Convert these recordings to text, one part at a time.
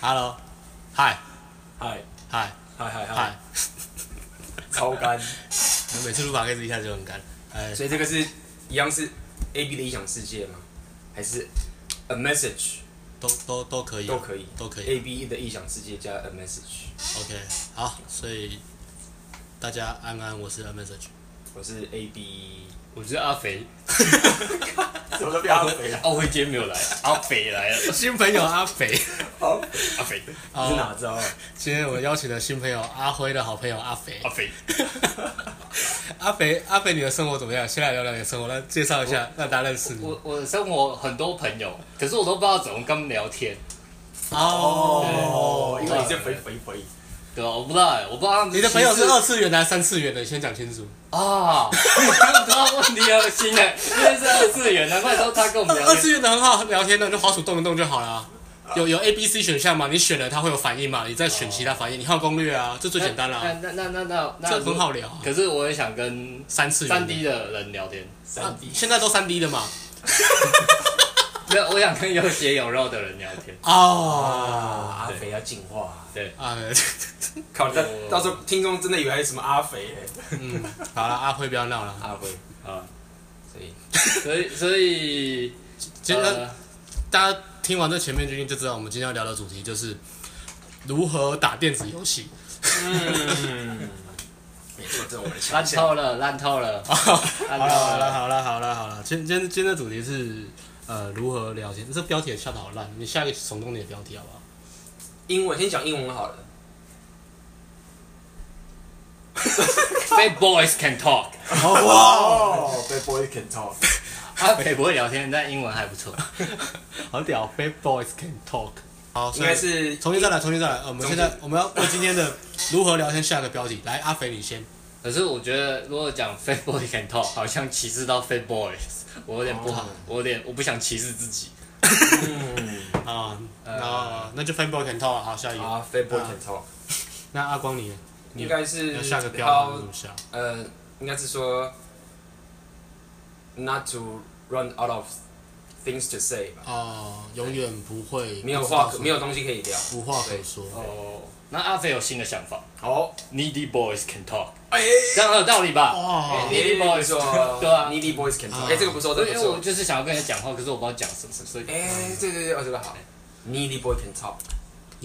Hello，嗨嗨嗨嗨嗨嗨，嗨！超干。我每次录 p o d 一下就很干。哎，所以这个是一样是 A B 的异想世界吗？还是 A message 都都都可以啊，都可以？都可以。 A B 的异想世界加 A message。 OK，好，所以大家安安，我是 M S H。我是 A B，我是阿肥，什么都不要 肥了。阿辉今天没有 来，阿肥来了，新朋友阿肥， 好，阿肥，哦你是哪招啊？今天我邀请的新朋友阿辉的好朋友阿肥阿。肥，阿肥，阿肥，你的生活怎么样？先来聊聊你的生活，来介绍一下，让大家认识你。我我的生活很多朋友，可是我都不知道怎么跟他们聊天，哦哦，因为你是肥肥肥，对吧？我不知道欸，我不知道他们你的朋友是歧视二次元还是三次元的？你先讲清楚。啊， 你看到问题核心哎， 因为是二次元，难怪都他跟我们聊二天。次元的很好聊天的，就滑鼠动一动就好啦。有有 A、B、C 选项嘛？你选了它会有反应嘛？你再选其他反应，你还有攻略啊，这最简单啦，那那那那那这很好。聊啊。可是我也想跟三次元三的 D 的人聊天，三 D 现在都三 D 的嘛？没有，我想跟有血有肉的人聊 天。哦，啊，阿肥要进化。啊， 靠，到到时候听众真的以为还是什么阿肥欸嘞？嗯，好了，阿辉不要闹了。阿肥，啊，所以所以所以其实呃大家听完这前面剧情就知道，我们今天要聊的主题就是如何打电子游戏。嗯， 没错，这是我们的烂强项。透了，烂透了，烂 好透了好了了。好了好了好了，今今天今天的主题是呃如何聊天，这标题也下的好烂，你下一个耸动点的标题好不好？英文先讲英文好了。 Fat boys can talk。 哦，Bad Boy Can Talk，阿北不会聊天，但英文还不 错。 好屌，Bad Boys can talk。好，应所以该是重新再来，重新再来。呃我们现在我们要为今天的如何聊天下一个标题，来阿肥你先。可是我觉得，如果讲 fat boy can talk，好像歧视到 fat boys，我有点不好哦，我有点我不想歧视自己。啊，呃那那就 Fat Boy can talk。好，下一个。啊，Bad Boy Can Talk，那阿光你呢应该是要下个标好题怎么下？呃，应该是说 not to run out of things to say 吧，哦，永远不会没有不知道话可什么没有东西可以聊。无话可说。哦，那阿肥有新的想法好， ，needy boys can talk，哎，这样很有道理吧？哦，你你 Needy boys，说 对啊 Needy Boys Can 啊 Talk，哎，这个不错，这因个为不我错，就是想要跟人讲话，可是我不知道讲什么， 所以哎，对对对，哦，这个好，Needy Boy Can Talk，Needy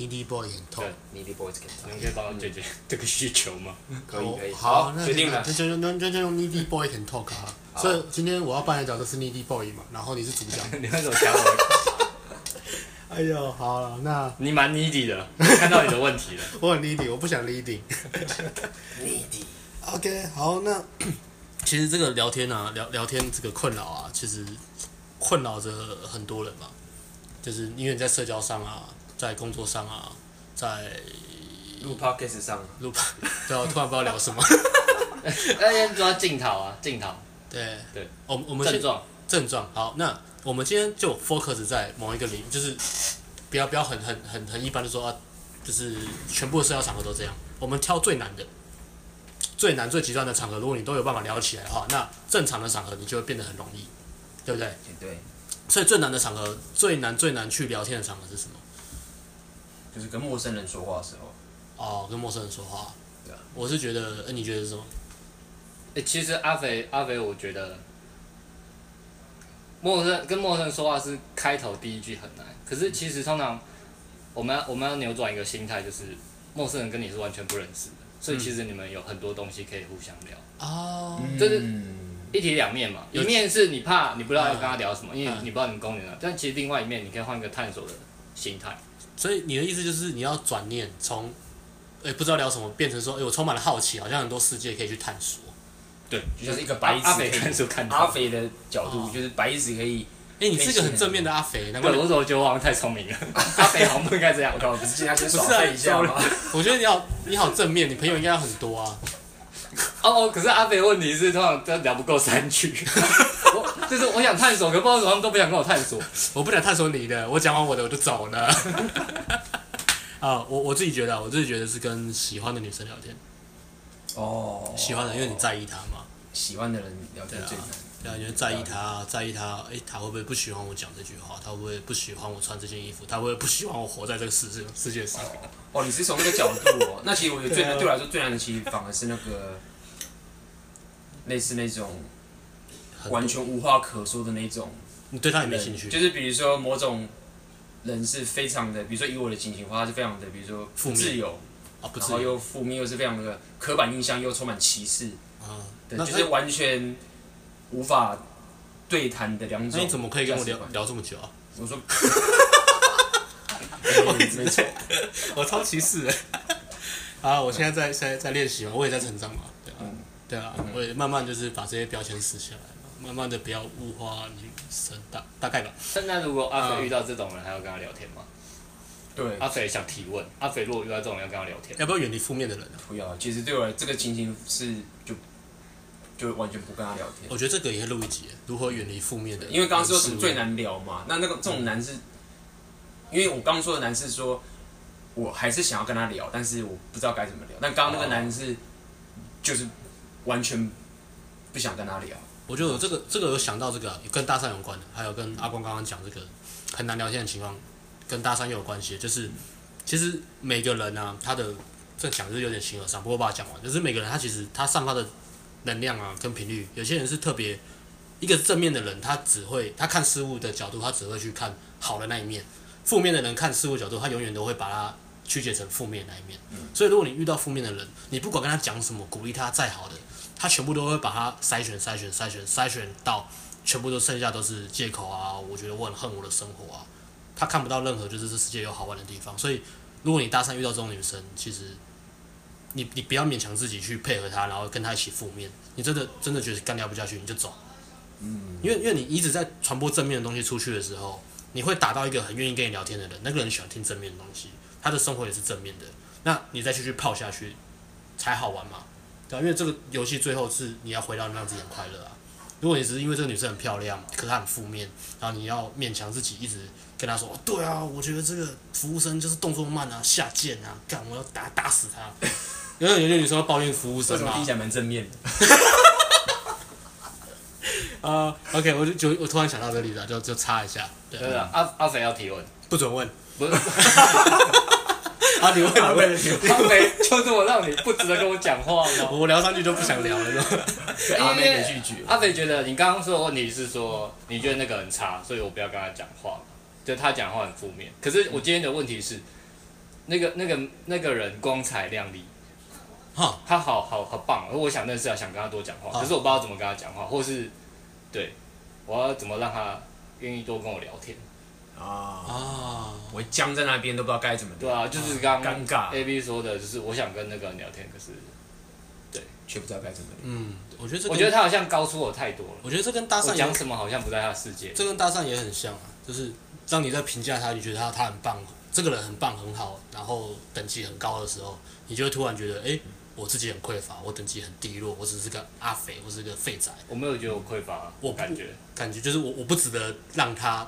Needy E Boy 很痛。对 Boys Can Talk，你们可以帮我解决这个需求 吗？可以可以，哦好好，，那决定了那，就那就就用 Needy Boy can talk 啊。所以今天我要扮的角色是 Needy Boy 嘛，然后你是主 角。你为什么想我？哎呦，好了，那 你蛮 needy 的，我看到你的问 题了。我很 Needy，我不想 Leading。 ，Needy， OK，好，那 其实这个聊天啊，聊聊天这个困扰啊，其实困扰着很多人嘛，就是因为你在社交上啊，在工作上啊，在录 Podcast 上，录， 对啊，我突然不知道聊什么。那先抓镜头啊，镜头对对，我们我们先症状，症状。好，那我们今天就 focus 在某一个领域，就是不要不要很很很很一般的说啊，就是全部的社交场合都这样。我们挑最难的、最难、最极端的场合，如果你都有办法聊起来的话，那正常的场合你就会变得很容易，对不对？哎对，所以最难的场合，最难最难去聊天的场合是什么？就是跟陌生人说话的时候。哦，跟陌生人说话。对啊我是觉得，哎，你觉得是什么？欸，其实阿肥阿肥，我觉得陌生跟陌生人说话是开头第一句很难，可是其实通常我们要我们要扭转一个心态，就是陌生人跟你是完全不认识的，所以嗯其实你们有很多东西可以互相聊，哦，就是一体两面嘛。一有面是你怕你不知道要跟他聊什么，因为嗯你不知道你们功能啊，但其实另外一面你可以换一个探索的心态。所以你的意思就是你要转念从，哎、不知道聊什么，变成说，哎、我充满了好奇，好像很多世界可以去探索。对，就像是一个白纸阿阿肥可以看书看阿到。肥的角度，哦就是白纸可以，哎、你是一个很正面的阿肥，难怪对，你我怎么觉得我好像太 聪明了？阿肥好像不应该这样我。靠，不哦是今天先是啊耍废一下吗？我觉得你好，你好正面，你朋友应该要很多啊。哦哦，可是阿肥的问题是，通常都聊不够三句， 我就是我想探索，可不知道为什么他们都不想跟我探索。我不想探索你的，我讲完我的我就走了。 啊，我我自己觉得啊，我自己觉得是跟喜欢的女生聊天，哦，喜欢的，因为你在意她嘛。喜欢的人聊天最难，对啊，你会在意他，在意他，诶，他会不会不喜欢我讲这句话？他会不会不喜欢我穿这件衣服？他会不会不喜欢我活在这个世界世界上？哦，你是从那个角度哦。那其实我觉得最难，对啊对我来说最难的，其实反而是那个类似那种很完全无话可说的那种你对他也没人。兴趣，就是比如说某种人是非常的，比如说以我的情形的话，他是非常的，比如说负面自由，啊，不然至后于又负面，又是非常的刻板印象，又充满歧视啊。的，那就是完全无法对谈的两那种。你怎么可以跟我聊价值观聊这么久啊？我说，嗯直没错， 我超歧视的。啊，我现在在在在练习嘛，我也在成长嘛，对啊，嗯对啊，我也慢慢就是把这些标签撕下来嘛，慢慢的不要物化女生，大大概吧。那那如果啊呃阿嗯肥遇到这种人，还要跟他聊天吗？对，阿肥想提问，阿肥如果遇到这种人，要跟他聊天，要不要远离负面的人啊？不要。其实对我来这个情形是就就完全不跟他聊天，我觉得这个也可以录一集，如何远离负面的人。因为刚刚说什事么物最？难聊嘛，那那个这种难是，因为我刚刚说的难是说，我还是想要跟他聊，但是我不知道该怎么聊。但刚刚那个难是，就是完全不想跟他聊。我觉得我这个这个有想到这个啊、跟大三有关的，还有跟阿光刚刚讲这个很难聊天的情况，跟大三也有关系。就是其实每个人啊，他的这讲就是有点形而上，不过我把它讲完。就是每个人他其实他散发的能量啊跟频率，有些人是特别一个正面的人，他只会他看事物的角度，他只会去看好的那一面；负面的人看事物角度，他永远都会把它曲解成负面的那一面。所以如果你遇到负面的人，你不管跟他讲什么，鼓励他再好的，他全部都会把它筛选、筛选、筛选、筛选到全部都剩下都是借口啊！我觉得我很恨我的生活啊！他看不到任何就是这世界有好玩的地方，所以如果你搭讪遇到这种女生，其实你你不要勉强自己去配合她，然后跟她一起负面，你真的真的觉得干聊不下去你就走，嗯，因为因为你一直在传播正面的东西出去的时候，你会打到一个很愿意跟你聊天的人，那个人喜欢听正面的东西，他的生活也是正面的，那你再继续泡下去才好玩嘛，对、啊，因为这个游戏最后是你要回到让自己很快乐啊。如果你只是因为这个女生很漂亮，可是她很负面，然后你要勉强自己一直跟她说，哦，对啊，我觉得这个服务生就是动作慢啊，下贱啊，干，我要打打死他。 因为有些女生会抱怨服务这生种嘛听，起来蛮正面 的。啊、o k 我就就我突然想到这里了，就就插一下，对对，啊， 阿阿肥要提问，不准问，不是 啊，你问啊你问问，阿肥就这么让你不值得跟我讲话吗？我聊上去就不想聊了，是吧对阿妹的拒绝，阿肥觉得你刚刚说的问题是说，你觉得那个很差，所以我不要跟他讲话嘛，就他讲话很负面。可是我今天的问题是，那个那个那个人光彩亮丽，哈，他好好好棒，啊我想认识他，想跟他多讲话，啊可是我不知道怎么跟他讲话，或是对我要怎么让他愿意多跟我聊天。啊，啊，我僵在那边都不知道该怎么对聊，啊，就是刚尴尬 A B 说的，就是我想跟那个人聊天，可是却不知道该怎么聊。嗯，我觉得这跟我觉得他好像高出我太多了，我觉得这跟搭我讪有讲什么好像不在他的世界。这跟搭讪也很像啊，就是当你在评价他，你觉得他他很棒，这个人很棒很好，然后等级很高的时候，你就会突然觉得，哎、我自己很匮乏，我等级很低落，我只是个阿肥，我是个废宅，我没有觉得我匮乏，我感觉感觉就是我我不值得让他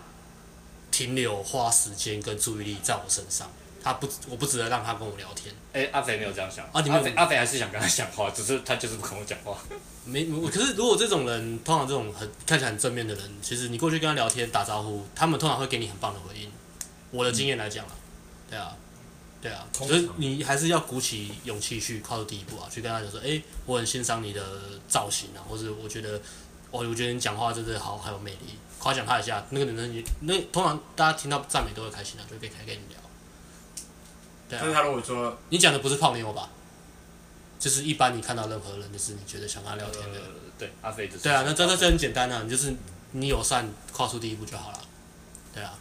停留花时间跟注意力在我身上，他不我不值得让他跟我聊天，哎、阿肥没有这样想，啊你没阿有肥阿肥还是想跟他讲话，只是他就是不跟我讲话。没，我可是如果这种人，通常这种很看起来很正面的人，其实你过去跟他聊天打招呼，他们通常会给你很棒的回应。我的经验来讲啊，对啊，对啊，通常所以你还是要鼓起勇气去跨出第一步啊，去跟他讲说，哎、我很欣赏你的造型啊，或者我觉得，哦，我觉得你讲话真的好，很有魅力，夸奖他一下，那个女生也，那通常大家听到赞美都会开心啊，就可以开始跟你聊。对但是啊，他如果说你讲的不是泡妞吧？就是一般你看到任何人，就是你觉得想跟他聊呃天的。，对，阿肥就是对啊，那这这这很简单啊，你就是你友善跨出第一步就好了。对啊，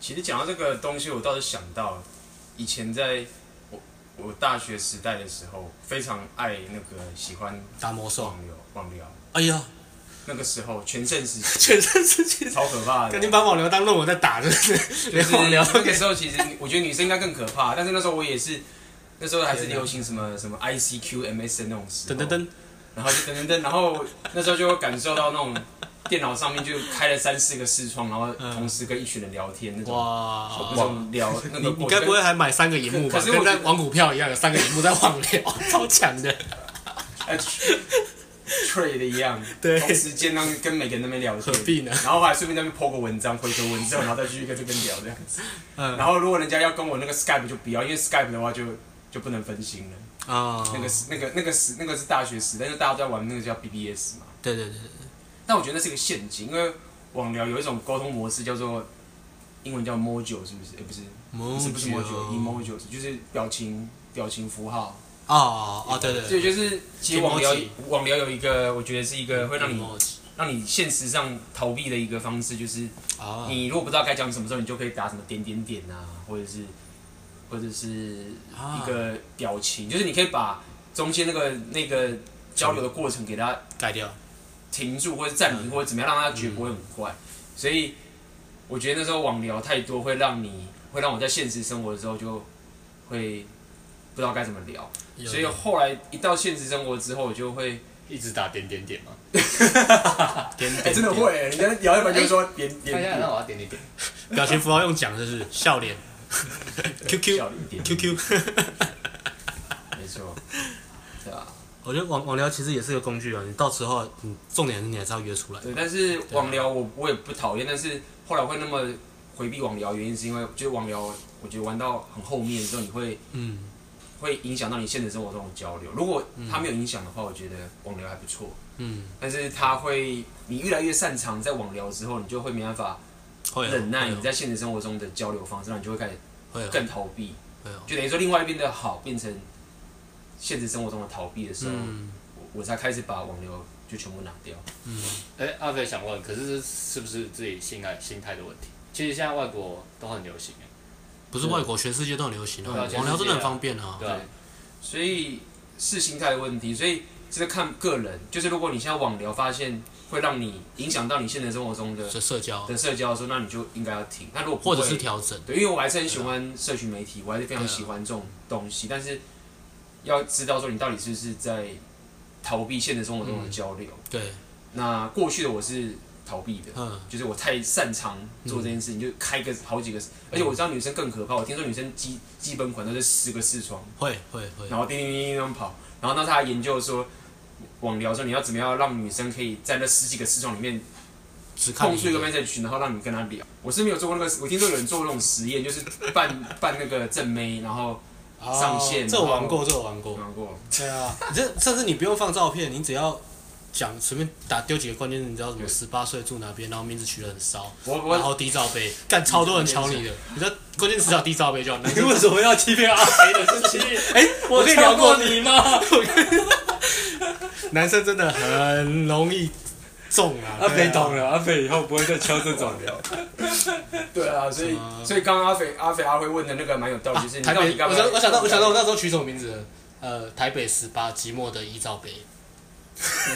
其实讲到这个东西，我倒是想到，以前在我我大学时代的时候，非常爱那个喜欢打魔兽网，聊网聊，哎呀，那个时候全盛时期全身是血，超可怕的赶。紧把网聊当论文在打，真的是就连是网聊那个时候，其实我觉得女生应该更可怕，但是那时候我也是，那时候还是流行什么什么 ICQ、MSN 那种时候，噔噔，噔，然后就噔噔噔，然后那时候就会感受到那种电脑上面就开了三四个视窗，然后同时跟一群人聊天那种，哇那！种聊那你个你过该程，不会还买三个荧幕吧？可是我跟觉在得 玩股票一样，有三个荧幕在网聊，超强的。哎呃 trade 的一样，对同时间当跟每个人那边聊天，何必呢然后还顺便在那边 po 个文章，回个文之后，然后再继续跟这边聊这样子。 嗯然后如果人家要跟我那个 Skype 就不要，因为 Skype 的话就就不能分心了。啊，那个是那个那个时那个是大学时代，就大家都在玩那个叫 BBS 嘛。对对对对，但我觉得那是一个陷阱，因为网聊有一种沟通模式叫做英文叫 Mojo，是不是？哎、不是，不是不是 Mojo，Emoji 就是表情表情符号。哦哦对对所以对就是其实网聊 Emoji 网聊有一个，我觉得是一个会让你 Emoji 让你现实上逃避的一个方式，就是啊，你如果不知道该讲什么时候，你就可以打什么点点点啊，或者是或者是啊一个表情，就是你可以把中间那个那个交流的过程给它改掉，停住，或者暂停，或者怎么样，让他觉得不会很怪。所以我觉得那时候网聊太多，会让你会让我在现实生活的时候就会不知道该怎么聊，有所以后来一到现实生活之后，我就会一直打点点点嘛。点哎、点 真的点会，人家聊一半就说点点看一下，那点，我要点点点。表情符号用讲就是笑 脸，QQ 小一点， QQ，没错，对啊，我觉得网网聊其实也是个工具啊，你到时候你重点是你还是要约出来，对。但是啊网聊我我也不讨厌，但是后来会那么回避网聊，原因是因为就是网聊，我觉得玩到很后面的时候，你会嗯，会影响到你现实生活中的交流。如果它没有影响的话，我觉得网聊还不错。嗯，但是它会，你越来越擅长在网聊之后，你就会没办法会哦忍耐你会哦在现实生活中的交流方式，那你就会开始会哦更逃避。会哦，就等于说，另外一边的好变成现实生活中的逃避的时候，嗯我我才开始把网聊就全部拿掉。哎、阿飞想问，可是是不是自己性爱心态的问题？其实现在外国都很流行，不是外国，全世界都很流行啊对啊，网聊真的全世界很啊方便啊，对吧、所以是心态的问题，所以这个看个人。就是如果你现在网聊发现会让你影响到你现实生活中的这社交的社交的时候，那你就应该要停。那如果不或会者是调整，对，因为我还是很喜欢社群媒体，我还是非常喜欢这种东西，但是要知道说你到底是不是在逃避现实生活中的交流。对，那过去的我是逃避的，嗯，就是我太擅长做这件事情，就开个好几个，而且我知道女生更可怕，我听说女生基基本款都是十个视窗，会会会，然后叮叮叮叮叮跑，然后那他还研究说。网聊说你要怎么样让女生可以在那十几个视窗里面只看空你出一个 message 群，然后让你跟她聊。我是没有做过那个，我听说有人做那种实验，就是扮 扮那个正妹，然后哦上线这我玩过，这我玩过，玩过。对啊，你这甚至你不用放照片，你只要讲随便打丢几个关键字，你知道什么对十八岁住哪边，然后名字取得很骚，我然我后低罩杯，干超多人敲 你的，你知道关键词叫低罩杯就好，你为什么要欺骗阿飞的事情？哎、我跟你聊过，你吗？男生真的很容易中啊，阿对飞啊懂，了，阿飞以后不会再敲这种了。对啊，所以什么所以刚刚阿肥阿肥阿辉问的那个蛮有道理，就是你啊台到底北，干我嘛？想我想到我想到我那时候取什么名字了？呃，台北十八寂寞的一 罩杯，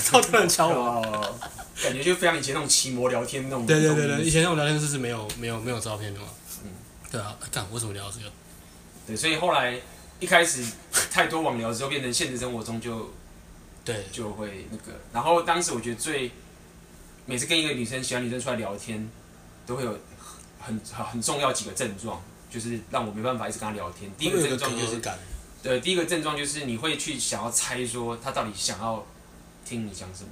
超多人敲我。哦，感觉就非常以前那种骑摩聊天那种。对对对对，以对，前那种聊天室是没有没有没有照片的嘛。对啊，哎干为什么聊到这个？对，所以后来一开始太多网聊之后，变成现实生活中就对，就会那个。然后当时我觉得最每次跟一个女生喜欢女生出来聊天，都会有很很很重要几个症状，就是让我没办法一直跟她聊哦天。第一个症状就是，感，对，第一个症状就是你会去想要猜说她到底想要听你讲什么。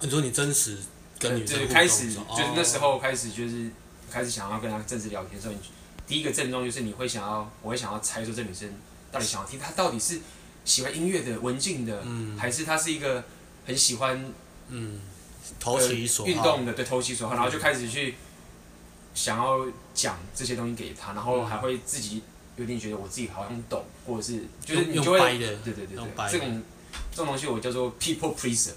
你说你真实跟女就生是互动开始，的时候就是那时，哦候开始，就是开始想要跟她正式聊天的时候，你第一个症状就是你会想要，我会想要猜出这女生到底想要听，她到底是喜欢音乐的、文静的，嗯还是她是一个很喜欢嗯，投其所好嗯呃运动的，对，投其所好，然后就开始去想要讲这些东西给他，然嗯后还会自己有点觉得我自己好像懂，或者是就是用你就会用掰的对对对用对，掰的这种这种东西我叫做 people pleaser，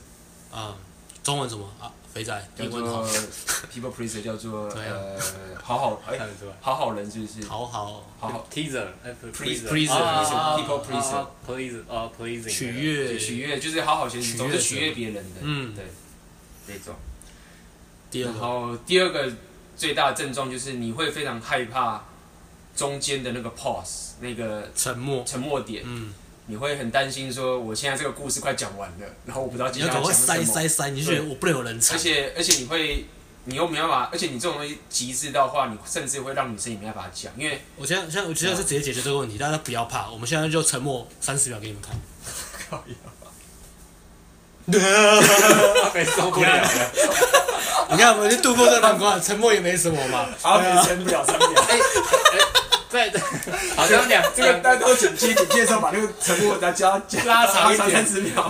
啊，中文什么啊？肥仔，叫英文做好， people pleaser 叫做 对啊呃好好哎看得出来。好好人是不是？讨好，好好 Teaser，哎 Please- pleaser- 啊 people pleaser please，哦，pleasing，取悦取悦就是好好先生，取悦总是者取悦别人的，嗯对，那种。第二然个后第二个最大的症状就是你会非常害怕中间的那个 pause 那个沉默，沉默点，嗯，你会很担心说，我现在这个故事快讲完了，然后我不知道你接要下来赶讲快什塞么。塞塞，你就觉得我不能有人才而，且而且你会，你又没办法，而且你这种东西极致到的话，你甚至会让女生也没办法讲，因为我现在现在我现在是直接解决这个问题，大家不要怕，我们现在就沉默三十秒给你们看。被受不了了。你看，我们就度过这难关，沉默也没什么嘛。阿啊北撑不了，撑不 了。哎，在好像 两这个两大家都剪接剪接的时候，把那个沉默再加加拉长一点三十秒，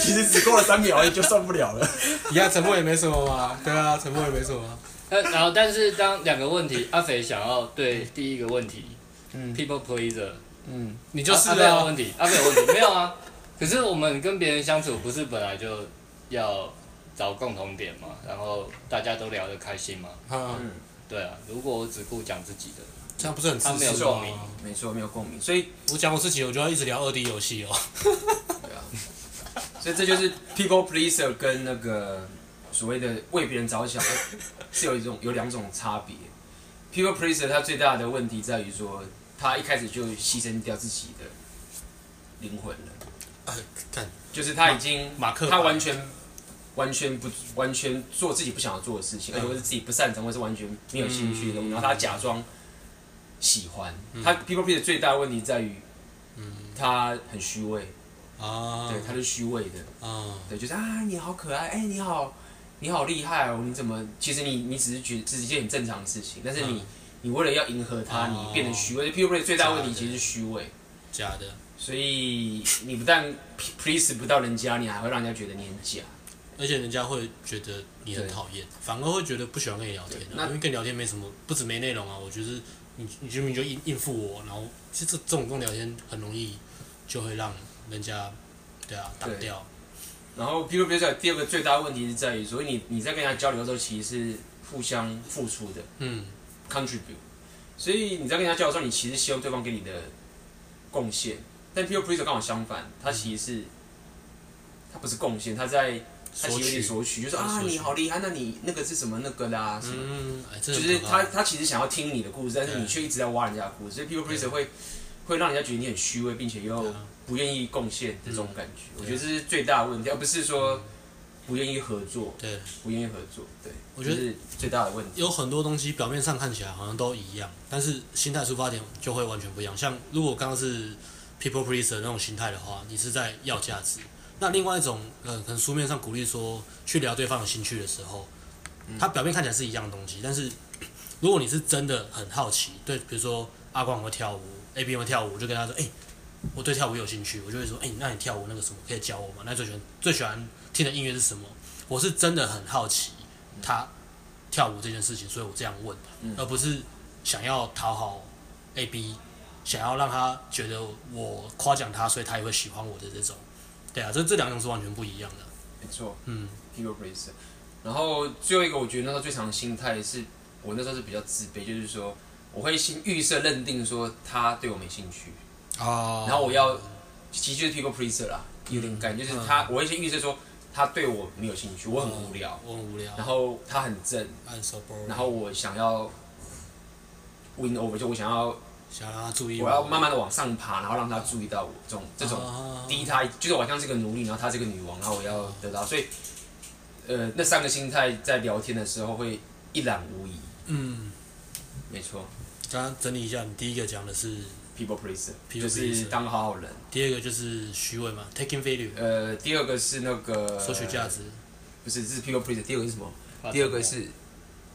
其实只过了三秒而已，就算不了了。你看，沉默也没什么嘛。对啊，沉默也没什么。呃，然后但是当两个问题，阿肥想要对第一个问题、p e o p l e pleaser，嗯，你就是阿阿肥有啊问，题，阿肥有问题，没有啊？ 可是我们跟别人相处，不是本来就要找共同点嘛，然后大家都聊得开心嘛，嗯，对啊。如果我只顾讲自己的，这样不是很他自没有私共吗？鸣没错，没有共鸣，所以我讲我自己，我就要一直聊二 D 游戏哦。所以这就是 people pleaser 跟那个所谓的为别人着 想是有一种有两种差别。people pleaser 他最大的问题在于说，他一开始就牺牲掉自己的灵魂了，哎，看就是他已经马克白他完全完全不完全做自己不想要做的事嗯情，而且或是自己不擅长，或是完全没有兴趣的东西，然后他假装喜欢。嗯他 people pleaser 最大的问题在于，他很虚伪，啊，对，他是虚伪的。啊，对，就是啊，你好可爱，哎、你好，你好厉害哦，你怎么？其实你你只是觉得这是一件很正常的事情，但是你、你为了要迎合他，嗯哦你变得虚伪。p u p a 最大的问题假的其实是虚伪，假的，所以你不但 please 不到人家，你还会让人家觉得你很假。而且人家会觉得你很对讨厌，反而会觉得不喜欢跟你聊天对啊，那因为跟你聊天没什么，不止没内容啊，我觉得你你明明就应应付我，然后其实这这种这种聊天很容易就会让人家对啊挡对掉，然后 p u p a 第二个最大的问题是在于，所以你你在跟人家交流的时候，其实是互相付出的嗯 contribute，所以你在跟人家交流的时候，你其实希望对方给你的贡献，但 p u p a 刚好相反，他其实是他不是贡献，他在他索其实有点取，索取，就是啊索取你好厉害，那你那个是什么那个啦，什么，嗯，哎，这就很是可怕他他其实想要听你的故事，但是你对却一直在挖人家的故事，所以 people pleaser 会会让人家觉得你很虚伪，并且又啊嗯不愿意贡献的这种感觉，我觉对得这是最大的问题，而不是说不愿意合作，对。不愿意合作，对，我觉得这是最大的问题，有很多东西表面上看起来好像都一样，但是心态出发点就会完全不一样。像如果刚刚是 people pleaser 那种心态的话，你是在要价值；那另外一种，呃，可能书面上鼓励说去聊对方有兴趣的时候，它表面看起来是一样的东西，但是如果你是真的很好奇，对，比如说阿光会跳舞，A B 会跳舞，我就跟他说，哎、我对跳舞有兴趣，我就会说，哎、那你跳舞那个什么可以教我吗？那你最喜欢最喜欢听的音乐是什么？我是真的很好奇他跳舞这件事情，所以我这样问，而不是想要讨好 A B，想要让他觉得我夸奖他，所以他也会喜欢我的这种。对啊，这这两种是完全不一样的。没错。嗯 people pleaser。然后最后一个，我觉得那时候最常的心态是，我那时候是比较自卑，就是说我会先预设认定说他对我没兴趣，哦然后我要其实就是 people pleaser 啦，有点感觉就是他，我会先预设说他对我没有兴趣，我很无聊，我很无聊，然后他很正， I'm so boring，然后我想要 win over，就我想要想要让他注意我要慢慢的往上爬，然后让他注意到我这种这种啊第一，她就是我好像是个奴隶，然后她是个女王，然后我要得到，所以，呃，那三个心态在聊天的时候会一览无遗。嗯，没错刚刚整理一下，你第一个讲的是， ，people pleaser， People 就是当好好人。第二个就是虚伪嘛，taking value，呃，第二个是那个索取价，值，不是，这是 people pleaser。第二个是什么？第二个是，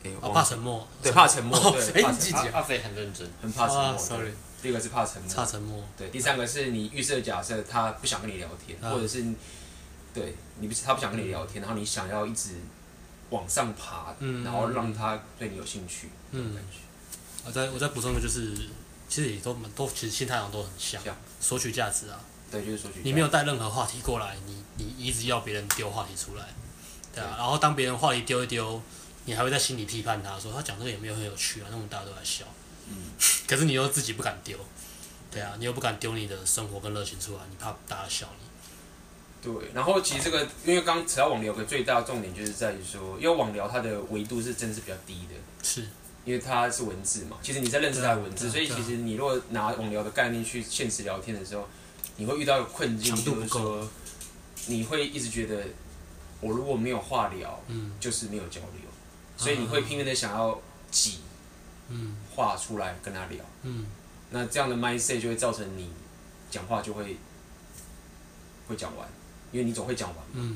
哎，啊，我怕忘记沉默， 对怕沉默，哦对，哎怕你自沉己默阿阿肥很认真，很怕沉啊默。 ，sorry，第二个是怕沉怕默，沉默，对，第三个是你预设假设他不想跟你聊天，啊或者是对你不是他不想跟你聊天，然后你想要一直往上爬，嗯然后让他对你有兴趣，嗯感觉我再我再补充一个，就是其实也都蛮都其实心态上都很像像，索取价值啊，对，就是说你没有带任何话题过来，你你一直要别人丢话题出来，对啊，然后当别人话题丢一丢，你还会在心里批判他说他讲这个也没有很有趣啊，那么大家都在笑，嗯可是你又自己不敢丢，对啊，你又不敢丢你的生活跟热情出来，你怕大家笑你，对，然后其实这个因为刚扯到网聊，有个最大的重点就是在于说，因为网聊它的维度是真的是比较低的，是因为它是文字嘛，其实你在认识它的文字，所对啊对啊以其实你如果拿网聊的概念去现实聊天的时候，你会遇到困境，强度就不是够说你会一直觉得我如果没有话聊，嗯就是没有交流，所以你会拼命的想要挤嗯话出来跟他聊，嗯，那这样的 mindset 就会造成你讲话就会会讲完，因为你总会讲完，嗯，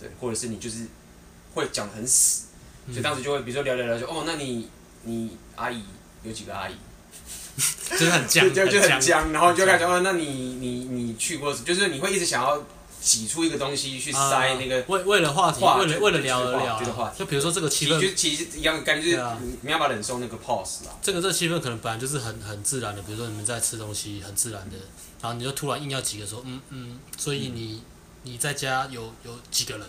对，或者是你就是会讲得很死，嗯所以当时就会比如说聊聊聊就哦，那你你阿姨有几个阿姨？就是很僵，就 就就很僵，僵，然后就开始哦，那你你你去过，就是你会一直想要挤出一个东西去塞啊那个。为为了话题，话为了就为了聊就是而话聊就是话啊，题就比如说这个其气实氛，就其实一样的感觉，就对是啊你你要把忍受那个 pause 啦。这个这个气氛可能本来就是很很自然的，比如说你们在吃东西，很自然的，然后你就突然硬要几个说，嗯嗯，所以你你在家有有几个人，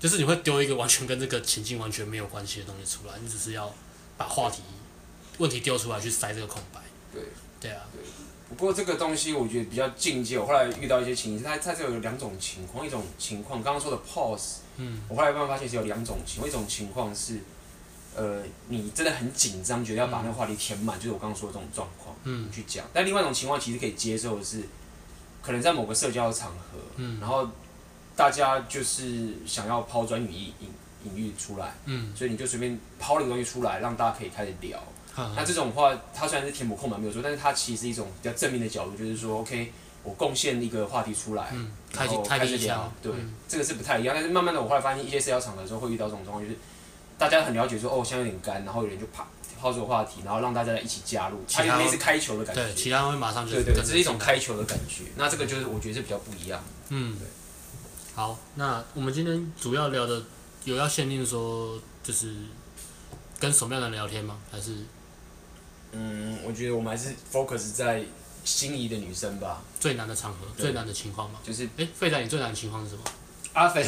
就是你会丢一个完全跟这个情境完全没有关系的东西出来，你只是要把话题问题丢出来去塞这个空白，对，对啊，不过这个东西我觉得比较境界，我后来遇到一些情形，它它这有两种情况，一种情况刚刚说的 pause，嗯，我后来慢慢发现是有两种情况，一种情况是，呃，你真的很紧张，觉得要把那个话题填满，就是我刚刚说的这种状况，嗯去讲。但另外一种情况其实可以接受的是，可能在某个社交场合，嗯然后大家就是想要抛砖引玉，引引玉出来，嗯，所以你就随便抛了一个东西出来，让大家可以开始聊。哈那哈这种话，它虽然是填补空白没有错，但是它其实是一种比较正面的角度，就是说，OK，我贡献一个话题出来，嗯，开然后启开开始启一下聊，，对，嗯这个是不太一样。但是慢慢的，我后来发现一些社交场合的时候会遇到这种状况，就是大家很了解说，哦，现在有点干，然后有人就啪抛出话题，然后让大家一起加入，它其就他类似开球的感对，其觉。他会马上就对是对，跟这着是一种进来开球的感觉。那这个就是我觉得是比较不一样。嗯对，好，那我们今天主要聊的有要限定说，就是跟什么样的人聊天吗？还是嗯，我觉得我们还是 focus 在心仪的女生吧，最难的场合、对最难的情况吗？就是哎，费仔，你最难的情况是什么？阿肥，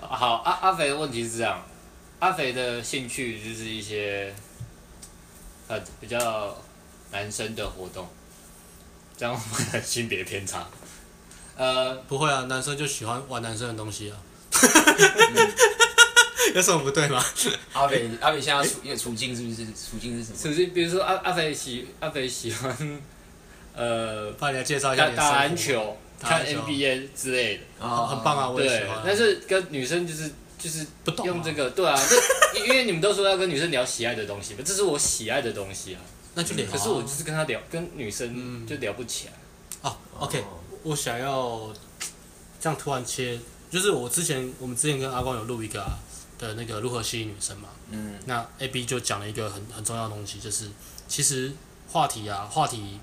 好，阿阿肥的问题是这样，阿肥的兴趣就是一些呃比较男生的活动，这样会不会有性别偏差。呃，不会啊，男生就喜欢玩男生的东西啊，嗯 有什么不对吗？阿北，阿北现在处也处境是不是？处境是什么？首先比如说阿阿肥喜阿肥喜欢呃帮你来介绍一下打你的打生活篮，球、打看篮球 NBA 之类的，很很棒啊，我也喜对欢啊。，但是跟女生就是就是不懂啊用这个，对啊，这因因为你们都说要跟女生聊喜爱的东西嘛，这是我喜爱的东西啊。那就聊啊。可是我就是跟她聊，跟女嗯生就聊不起来。哦，OK，我想要这样突然切，就是我之前我们之前跟阿光有录一个、啊、的那个如何吸引女生嘛，嗯，那 A B 就讲了一个很很重要的东西，就是其实话题啊，话题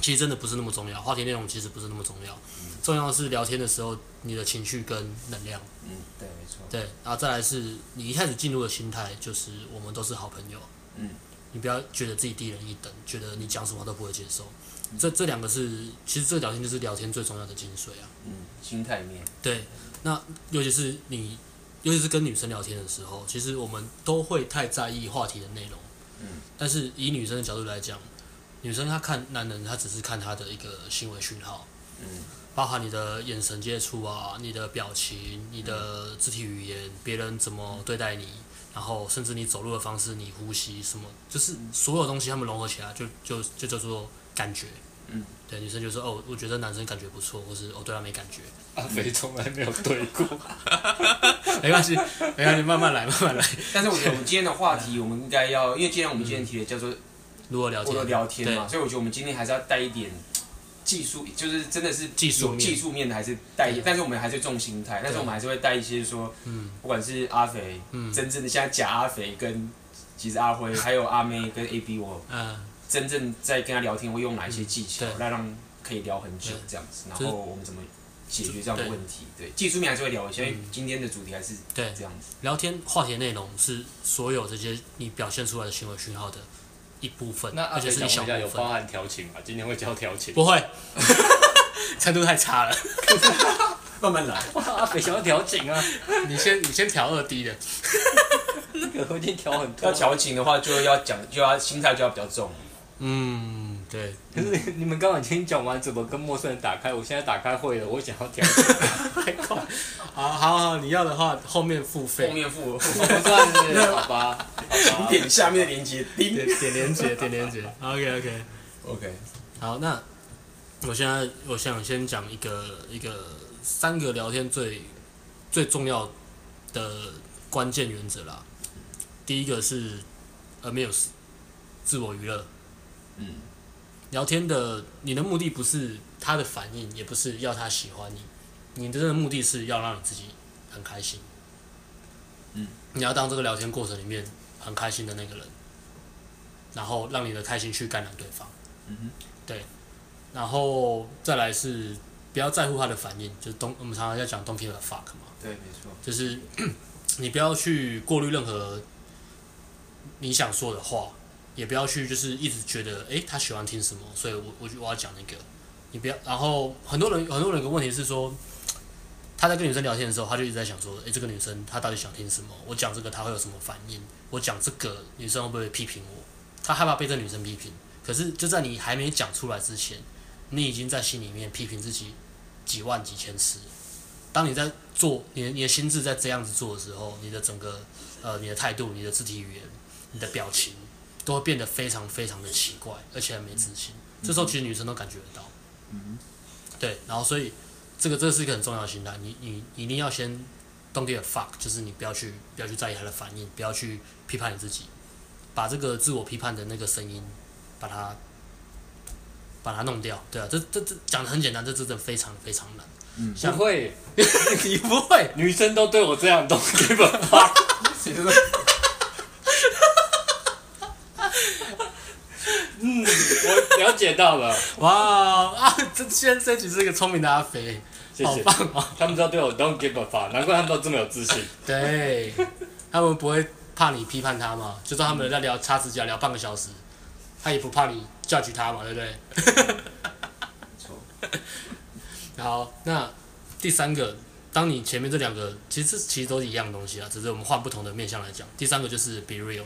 其实真的不是那么重要，话题内容其实不是那么重要，重要的是聊天的时候你的情绪跟能量，嗯，对，没错。对，然后再来是你一开始进入的心态，就是我们都是好朋友，嗯，你不要觉得自己低人一等，觉得你讲什么都不会接受，这这两个是其实这聊天就是聊天最重要的精髓啊，嗯，心态面，对，那尤其是你，尤其是跟女生聊天的时候，其实我们都会太在意话题的内容。嗯。但是以女生的角度来讲，女生她看男人，她只是看他的一个行为讯号，嗯包含你的眼神接触啊、你的表情、你的嗯肢体语言、别人怎么对待你，然后甚至你走路的方式、你呼吸什么，就是所有东西他们融合起来，就就就叫做感觉。嗯。对，女生就说哦，我觉得男生感觉不错，或是哦对他没感觉。阿肥从来没有对过， 没关系，没关系，慢慢来，慢慢来。但是我觉得我们今天的话题，我们应该要，因为既然我们今天提的叫做如何聊或者天？聊天嘛，嗯对所以我觉得我们今天还是要带一点技术，就是真的是技术有面技术面的，还是带一点对，但是我们还是重心态，但是我们还是会带一些说，嗯不管是阿肥，嗯真正的现在假阿肥跟其实阿辉，还有阿妹跟 A B，我嗯，真正在跟他聊天会用哪一些技巧嗯，对来让可以聊很久对这样子，然就是后我们怎么解决这样的对问题？对，技术面还是会聊一下，因为嗯今天的主题还是对，这样子。聊天话题内容是所有这些你表现出来的行为讯号的一部分， 那阿而且肥是讲一小一下部有包分。含调情吗？今天会教调情。不会， 程度太差了。 慢慢来，哇， 阿肥想要调情啊，你先，你先调二 D 的。那个我已经调很多要了。调情的话，就要讲，就要心态就要比较重。嗯，对，可是你们刚刚已经讲完怎么跟陌生人打开，我现在打开会了，我想要调情， 太快。好好好，你要的话后面付后费，面付不算是好吧？点下面的连接，叮。 点点连接，点连接。OK OK。 OK，好，那我现在我想先讲一个一个三个聊天最最重要的关键原则啦。第一个是 amuse，自我娱乐。嗯，聊天的你的目的不是他的反应，也不是要他喜欢你，你真正的目的是要让你自己很开心。嗯，你要当这个聊天过程里面很开心的那个人，然后让你的开心去感染对方。嗯对，然后再来是不要在乎他的反应，就是东我们常常在讲 don't give a fuck 嘛，对，没错，就是 你不要去过滤任何你想说的话，也不要去就是一直觉得诶他喜欢听什么，所以我我就我要讲那个，你不要。然后很多人很多人有个问题是说，他在跟女生聊天的时候，他就一直在想说，诶这个女生她到底想听什么？我讲这个她会有什么反应？我讲这个女生会不会批评我？他害怕被这女生批评，可是就在你还没讲出来之前，你已经在心里面批评自己几万几千次了。当你在做你的你的心智在这样子做的时候，你的整个呃你的态度、你的肢体语言、你的表情都会变得非常非常的奇怪，而且很没自信。这时候其实女生都感觉得到，嗯对，然后所以这个这是一个很重要的心态，你你你一定要先 don't give a fuck，就是你不要去不要去在意他的反应，不要去批判你自己，把这个自我批判的那个声音把它把它弄掉，对啊，这这这讲的很简单，这真的非常非常难。嗯像不会， 你不会，女生都对我这样，都 give a fuck。 其实嗯，我了解到了，哇啊！这今天这局是一个聪明的阿肥，谢好谢。棒哦！他们都对我 don't give a fuck，难怪他们都这么有自信。对，他们不会怕你批判他嘛？就算他们在聊擦指甲聊半个小时，他也不怕你 judge 他嘛，对不对？没错，好，那第三个，当你前面这两个其实这其实都是一样的东西啊，只是我们换不同的面向来讲。第三个就是 be real，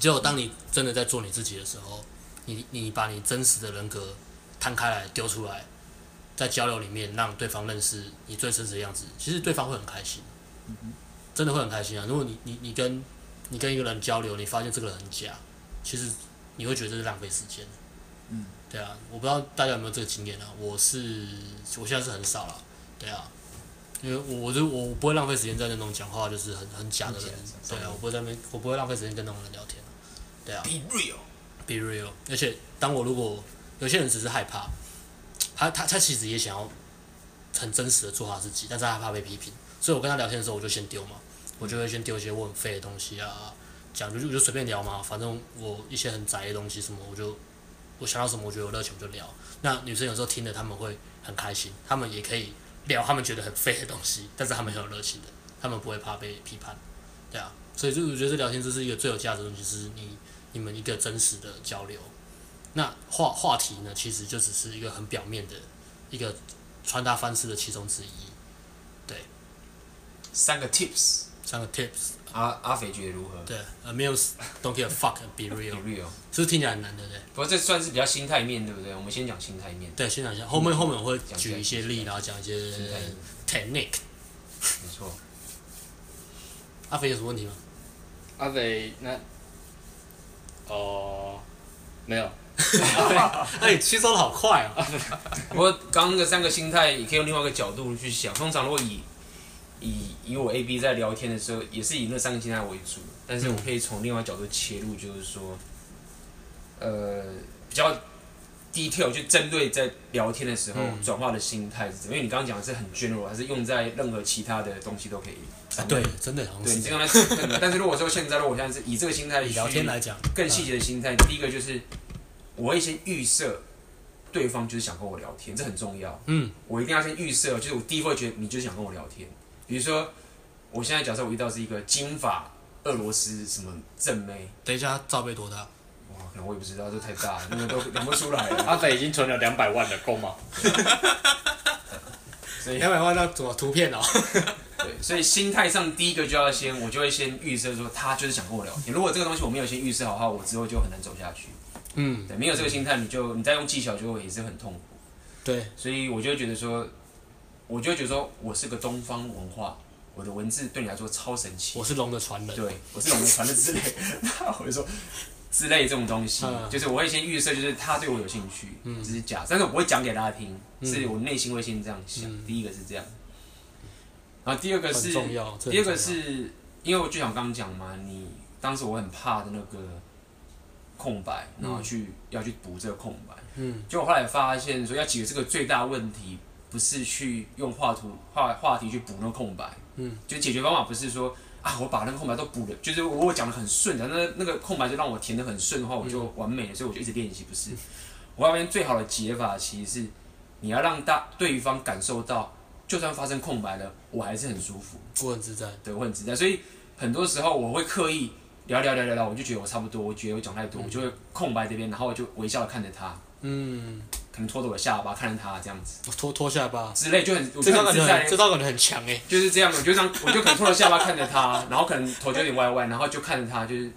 只有当你真的在做你自己的时候，你你把你真实的人格摊开来丢出来，在交流里面让对方认识你最真实的样子，其实对方会很开心，真的会很开心啊！如果你你你跟你跟一个人交流，你发现这个人很假，其实你会觉得这是浪费时间。嗯，对啊，我不知道大家有没有这个经验啊？我是我现在是很少了，对啊，因为我我就我我不会浪费时间在那种讲话就是很很假的人很假的人，对啊，我不会在那边我不会浪费时间跟那种人聊天啊、对啊 be real， ，be real。而且当我如果有些人只是害怕，他他他其实也想要很真实的做他自己，但是他害怕被批评，所以我跟他聊天的时候我就先丢嘛，我就会先丢一些我很废的东西啊，讲就就就随便聊嘛，反正我一些很宅的东西什么我就我想到什么我觉得有热情我就聊。那女生有时候听了他们会很开心，他们也可以聊他们觉得很废的东西，但是他们很有热情的，他们不会怕被批判，对啊，所以就我觉得这聊天就是一个最有价值的东西，就是你你们一个真实的交流。那话话题呢，其实就只是一个很表面的一个传达方式的其中之一。三个 tips，三个 tips，阿阿肥觉得如何对，amuse，don't 呃 give a fuck，be ？be real， real，这是听起来很难，对不对？不过这算是比较心态面，对不对？我们先讲心态面，对，先讲一下，后面后面我会嗯讲一下举一些例，然后讲一些心态面， technique。没错，阿肥有什么问题吗？嗯阿北那，哦、没有，阿北哎，吸收的好快哦。不过刚刚的三个心态也可以用另外一个角度去想。通常如果以以以我 A B 在聊天的时候，也是以那三个心态为主，但是我可以从另外角度切入，就是说，呃，比较 detail 就针对在聊天的时候嗯转化的心态是怎么样。因为你刚刚讲的是很 general，还是啊用在任何其他的东西都可以。啊，对，真的好像对，是你这这样。样来讲，但是如果说现在，如果我现在是以这个心态以聊天去来讲，更细节的心态，第一个就是我会先预设对方就是想跟我聊天，这很重要。嗯，我一定要先预设，就是我第一个会觉得你就是想跟我聊天。比如说，我现在假设我遇到是一个金发俄罗斯什么正妹，等一下，罩杯多大？哇，可能我也不知道，这太大了，那个都量不出来了。阿北已经存了两百万了，够吗？所以两百万张什么图片哦？对，所以心态上第一个就要先，我就会先预设说他就是想跟我聊天。如果这个东西我没有先预设好的话，我之后就很难走下去。嗯，对，没有这个心态，你就你再用技巧就会也是很痛苦。对，所以我就会觉得说，我就会觉得说我是个东方文化，我的文字对你来说超神奇我，是龙的传人。对我是龙的传人之类， 那我就说之类这种东西，嗯就是我会先预设，就是他对我有兴趣，嗯，只是假，但是我不会讲给大家听，嗯是我内心会先这样想。第一个是这样，然后第二个很是重要。这很第二重要个是因为我就想刚刚讲嘛，你当时我很怕的那个空白，然后去、要去补这个空白。嗯，就我后来发现说要解决这个最大问题，不是去用画图画话题去补那个空白，嗯，就解决方法不是说啊，我把那个空白都补了，就是我我讲的很顺的，那那个空白就让我填的很顺的话，我就完美了，所以我就一直练习，不是？我那边最好的解法其实是你要让大对方感受到，就算发生空白了，我还是很舒服。我很自在。对，我很直在，所以很多时候我会刻意聊聊聊聊聊，我就觉得我差不多，我觉得我讲太多，我就会空白这边，然后我就微笑的看着他，嗯，可能拖着我的下巴看着他这样子拖拖下巴，之类，就很我这就招很感自觉在很，这招感觉很强哎。就是这样，我就这样，我就可能拖着下巴看着他，然后可能头就有点歪歪，然后就看着他，就是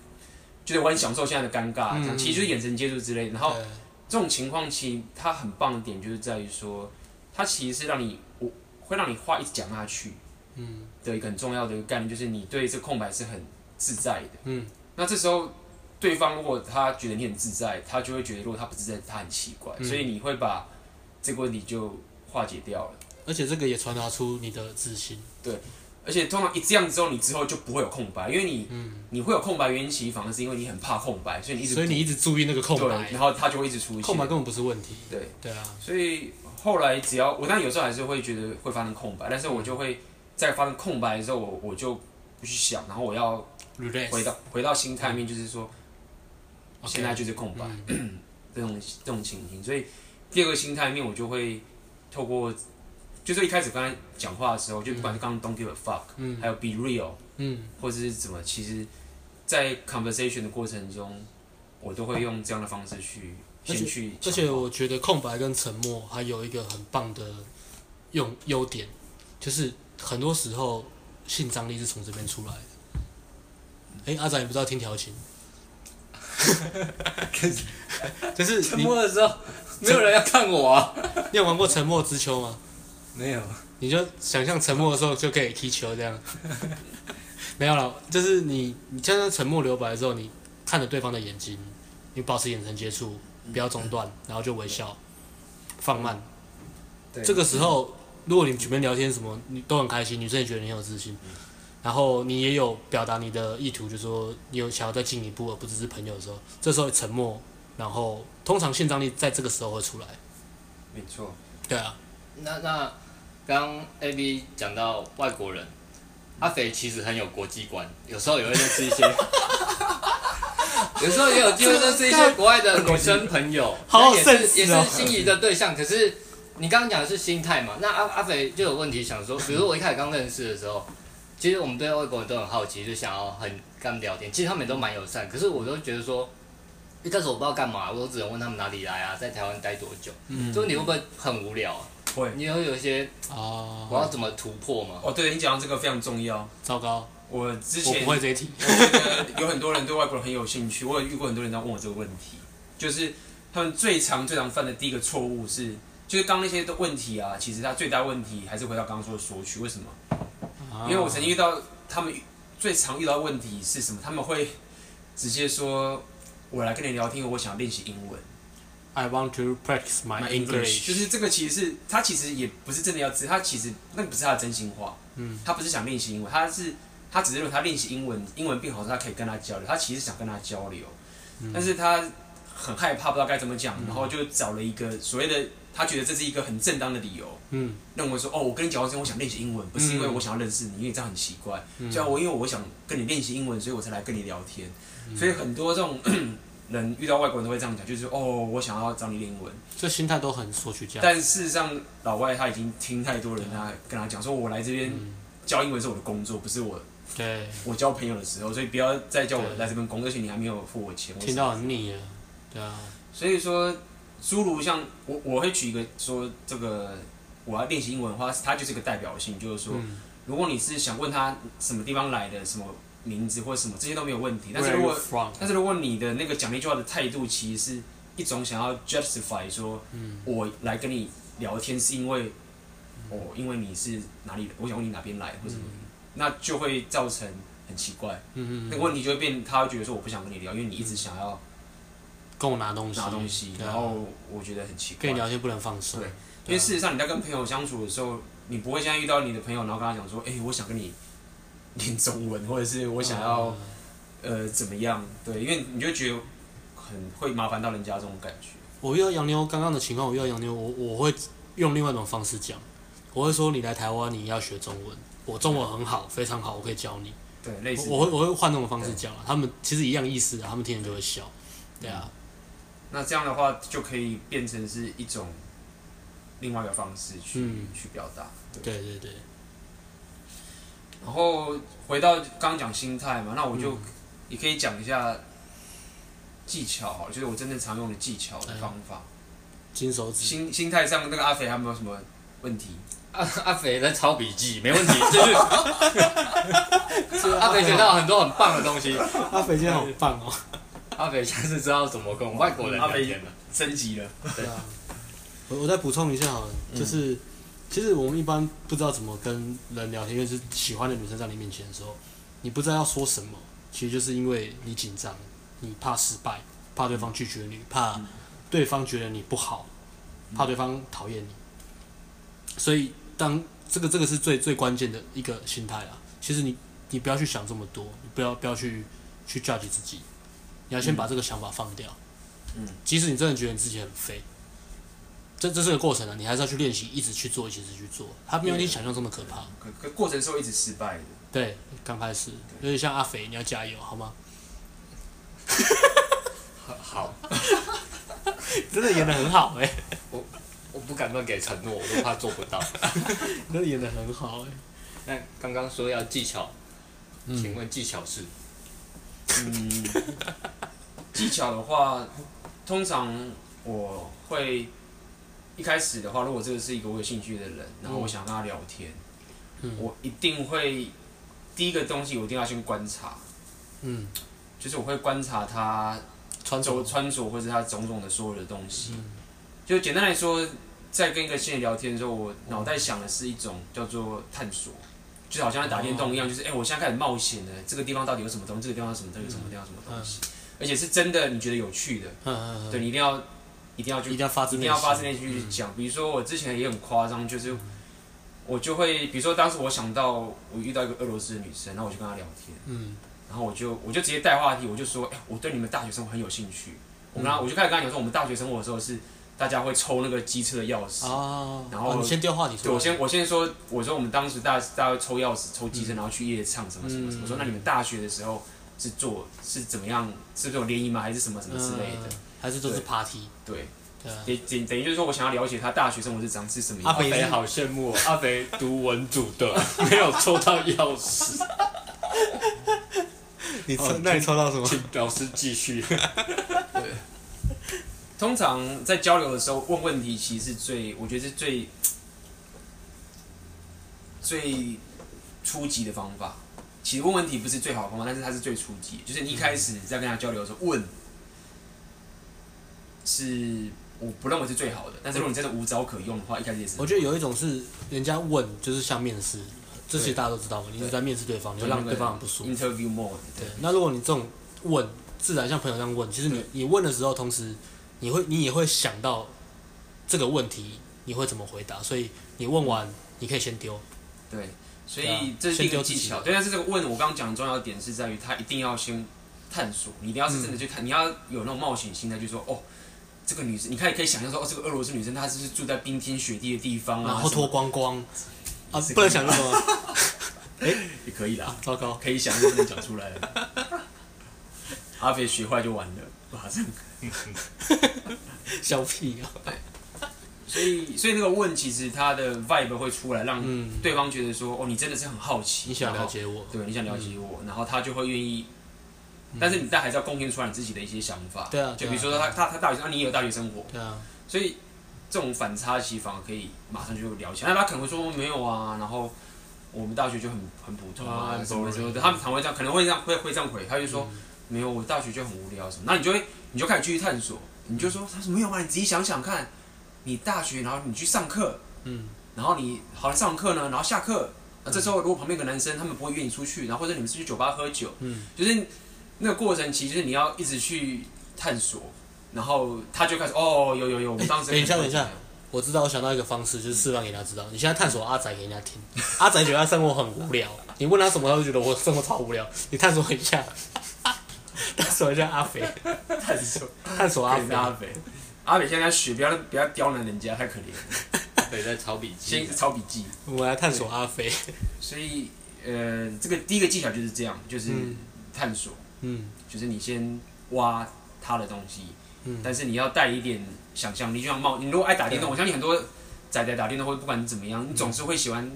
就是我很享受现在的尴尬，嗯这样，其实就是眼神接触之类的，然后对这种情况其实它很棒的点就是在于说，它其实是让你我会让你话一直讲下去，嗯，的一个很重要的一个概念就是你对这空白是很自在的，嗯，那这时候对方如果他觉得你很自在，他就会觉得如果他不自在，他很奇怪，嗯所以你会把这个问题就化解掉了。而且这个也传达出你的自信。而且通常一这样之后，你之后就不会有空白，因为你、你会有空白原因，其实反而是因为你很怕空白，所以你一直嗯所以你一直注意那个空对，白然，后它就会一直出现空白根本不是问题。对。对啊，所以后来只要我，但有时候还是会觉得会发生空白，但是我就会在发生空白的时候，我我就不去想，然后我要 r e l a 回 x 到回到心态面，就是说 OK 现在就是空白嗯这种这种情形。所以第二个心态面，我就会透过，就是一开始刚才讲话的时候，就不管是刚刚 Don't give a fuck，、嗯还有 Be real，嗯，或者是怎么，其实，在 conversation 的过程中，我都会用这样的方式去而先且去而强化，且我觉得空白跟沉默还有一个很棒的用优点，就是很多时候性张力是从这边出来的。哎，阿仔，你不知道听调情？ 就是沉你，你默的时候，没有人要看我啊。有玩过《沉默之秋》吗？没有，你就想象沉默的时候就可以踢球这 样。没有了，就是你你现在沉默留白的时候，你看着对方的眼睛，你保持眼神接触，不要中断，然后就微笑，放慢。对这个时候，如果你举面聊天什么，你都很开心，女生也觉得你很有自信，嗯然后你也有表达你的意图，就是说你有想要再进一步，而不只是朋友的时候，这时候沉默，然后通常性张力在这个时候会出来。没错。对啊，那那刚 A B 讲到外国人，阿肥其实很有国际观，有时候也会认识一 些，有时候也有机会认识一些国外的女生朋友，好那有也 sense 是也是哦心仪的对象。可是你刚刚讲的是心态嘛？那阿阿肥就有问题，想 说，比如我一开始刚认识的时候。其实我们对外国人都很好奇，就想要很跟他们聊天。其实他们也都蛮友善，可是我都觉得说，一开始我不知道干嘛，我都只能问他们哪里来啊，在台湾待多久。嗯，就你会不会很无聊啊？会你会有一些啊、我要怎么突破吗？哦，对你讲到这个非常重要。糟糕，我之我前不会这一题。我觉得有很多人对外国人很有兴趣，我有遇过很多人在问我这个问题，就是他们最常最常犯的第一个错误是，就是刚刚那些的问题啊，其实他最大问题还是回到刚刚说的索取，为什么？因为我曾经遇到他们最常遇到的问题是什么？他们会直接说。我来跟你聊天，我想练习英文啊 I want to practice my 啊 English。就是这个其实是他其实也不是真的要知，他其实那个不是他的真心话，嗯，他不是想练习英文，他是他只是说他练习英文，英文变好之后他可以跟他交流，他其实想跟他交流，嗯但是他很害怕，不知道该怎么讲，然后就找了一个所谓的他觉得这是一个很正当的理由，嗯，认为说哦，我跟你讲话之前我想练习英文，不是因为我想要认识你，因为这样很奇怪，嗯虽然我因为我想跟你练习英文，所以我才来跟你聊天，嗯所以很多这种 人遇到外国人都会这样讲，就是说哦，我想要找你练英文。这心态都很索取家。但事实上，老外他已经听太多人他跟他讲说，我来这边嗯教英文是我的工作，不是我对，我交朋友的时候，所以不要再叫我对来这边工作，而且你还没有付我钱。我听到很腻了。对啊，所以说，诸如像我，我会举一个说，这个我要练习英文的话，它就是一个代表性，就是说，嗯如果你是想问他什么地方来的、什么名字或者什么，这些都没有问题。但是 Where are 如 you 果 from？但是如果你的那个讲那句话的态度，其实是一种想要 justify 说，嗯我来跟你聊天是因为，哦，嗯因为你是哪里人，我想问你哪边来或什么，那就会造成很奇怪，嗯嗯那个问题就会变，他会觉得说我不想跟你聊，因为你一直想要嗯，跟我拿东西，拿东西，对啊然后我觉得很奇跟怪你。聊天不能放松对。因对啊为事实上你在跟朋友相处的时候，你不会现在遇到你的朋友，然后跟他讲说，哎、我想跟你练中文，或者是我想要、嗯呃怎么样？对，因为你就觉得很会麻烦到人家这种感觉。我遇到洋妞刚刚的情况，我遇到洋妞，我我会用另外一种方式讲，我会说你来台湾你要学中文，我中文很好，非常好，我可以教你。对，类似。我我会我会换那种方式讲啊，他们其实一样意思啊，他们听人就会笑。对啊，那这样的话就可以变成是一种另外一个方式去、嗯去表达。对对对对，然后回到刚刚讲心态嘛，那我嗯就也可以讲一下技巧好了，就是我真正常用的技巧的方法。哎金手指。心心态上，那个阿肥还有没有什么问题？阿阿肥在抄笔记， 没问题，就是阿肥学到很多很棒的东西。阿肥今天好棒哦。阿肥下次知道怎么跟外国人聊天啊了。升级了，对啊，我我再补充一下好了，就是、其实我们一般不知道怎么跟人聊天，因为是喜欢的女生在你面前的时候，你不知道要说什么，其实就是因为你紧张，你怕失败，怕对方拒绝你，怕对方觉得你不好，怕对方讨厌你，所以当这个这个是最最关键的一个心态啊。其实你你不要去想这么多，你不要不要去去 judge 自己，你要先把这个想法放掉。嗯，即使你真的觉得你自己很废，这这是个过程啊，你还是要去练习，一直去做，一直去做，它没有你想象中的可怕。可可过程是会一直失败的。对，刚开始，有点像阿肥，你要加油，好吗？好，真的演的很好哎、我不敢乱给承诺，我都怕做不到。 真的演的很好哎、那刚刚说要技巧，嗯请问技巧是？嗯，技巧的话，通常我会一开始的话，如果这个是一个我有兴趣的人，然后我想跟他聊天，嗯我一定会第一个东西我一定要先观察，嗯，就是我会观察他穿着着穿着或者他种种的所有的东西。就简单来说，在跟一个新人聊天的时候，我脑袋想的是一种叫做探索，就好像在打电动一样，就是哎、我现在开始冒险了，这个地方到底有什么东西？这个地方有什么东西？有什么地方有什么东西？而且是真的你觉得有趣的，嗯嗯对你一定要一定要嗯，去一定要发自一内定心，要发自内心去讲。比如说我之前也很夸张，就是我就会，比如说当时我想到我遇到一个俄罗斯的女生，然后我就跟她聊天，嗯然后我就我就直接带话题，我就说，哎、我对你们大学生活很有兴趣。我嗯跟他、我就开始跟他讲说，我们大学生活的时候是大家会抽那个机车的钥匙。哦，然后哦你先丢话题出对，来，我先我先说，我说我们当时大大家会抽钥匙、抽机车，然后去夜唱什么什么什嗯么。我说那你们大学的时候是做是怎么样？是不是有联谊吗？还是什么什么之类的？嗯还是都是对 party，对，对啊，也也等于就是说，我想要了解他大学生活是长是什么样。阿阿肥肥是好羡慕哦，阿肥读文组 的，没有抽到钥匙，你抽那你抽到什么请老师继续。通常在交流的时候问问题，其实是最我觉得是最最初级的方法。其实问问题不是最好的方法，但是它是最初级，就是你一开始在跟他交流的时候问，是我不认为是最好的。但是如果你真的无招可用的话，一开始也是我觉得有一种是人家问，就是像面试，这些对大家都知道嘛，你一直在面试对方，你就会让让对方很嗯不舒服。 interview mode 对，那如果你这种问，自然像朋友这样问，其实你对你问的时候，同时你会你也会想到这个问题你会怎么回答，所以你问完你可以先丢，对，所对啊以这是先一个丢技自己巧。对，但是这个问我刚刚讲的重要点是在于，他一定要先探索，你一定要是嗯真的去看，你要有那种冒险心态，就说哦，这个女生，你看你可以想象说，哦，这个俄罗斯女生她是不是住在冰天雪地的地方啊？然后什么脱光光啊，是不能想那么 多也可以啦，糟糕。可以想就不能讲出来了。阿肥学坏就完了，马上。小屁啊！所以，所以那个问其实它的 vibe 会出来，让嗯对方觉得说，哦，你真的是很好奇，你想然了后解我？对，你想了嗯解我，然后他就会愿意，但是你但还是要贡献出来你自己的一些想法。对啊就对啊比如说他他他大学生，啊你也有大学生活，对啊，所以这种反差期反而可以马上就聊起来。那他可能会说没有啊，然后我们大学就很很普通啊啊，什么 boring 什么的，他们常会这样，可能会这样会会这样回，他就嗯说没有，我大学就很无聊什么，那你就会你就开始继续探索，嗯你就说他说没有嘛，啊你自己想想看，你大学然后你去上课，嗯，然后你好了上课呢，然后下课，那这时候如果旁边有个男生，他们不会约你出去，然后或者你们是去酒吧喝酒，嗯，就是那个过程，其实你要一直去探索，然后他就开始哦，有有有，我们当 时等哎一下等一下我知道，我想到一个方式，就是示范给大家知道。你现在探索阿仔给人家 听，阿仔觉得他生活很无聊，你问他什么，他就觉得我生活超无聊。你探索一下， 探索一下阿肥，探索，探索阿阿北肥。阿北，阿北现在在学，不要不要刁难人家，太可怜了。肥在抄笔记先。嗯抄笔记。我们来探索阿飞。所以呃，这个第一个技巧就是这样，就是嗯探索，嗯就是你先挖他的东西，嗯，但是你要带一点想象力，就像冒，你如果爱打电动，对我相信很多仔仔打电动会不管怎么样，你总是会喜欢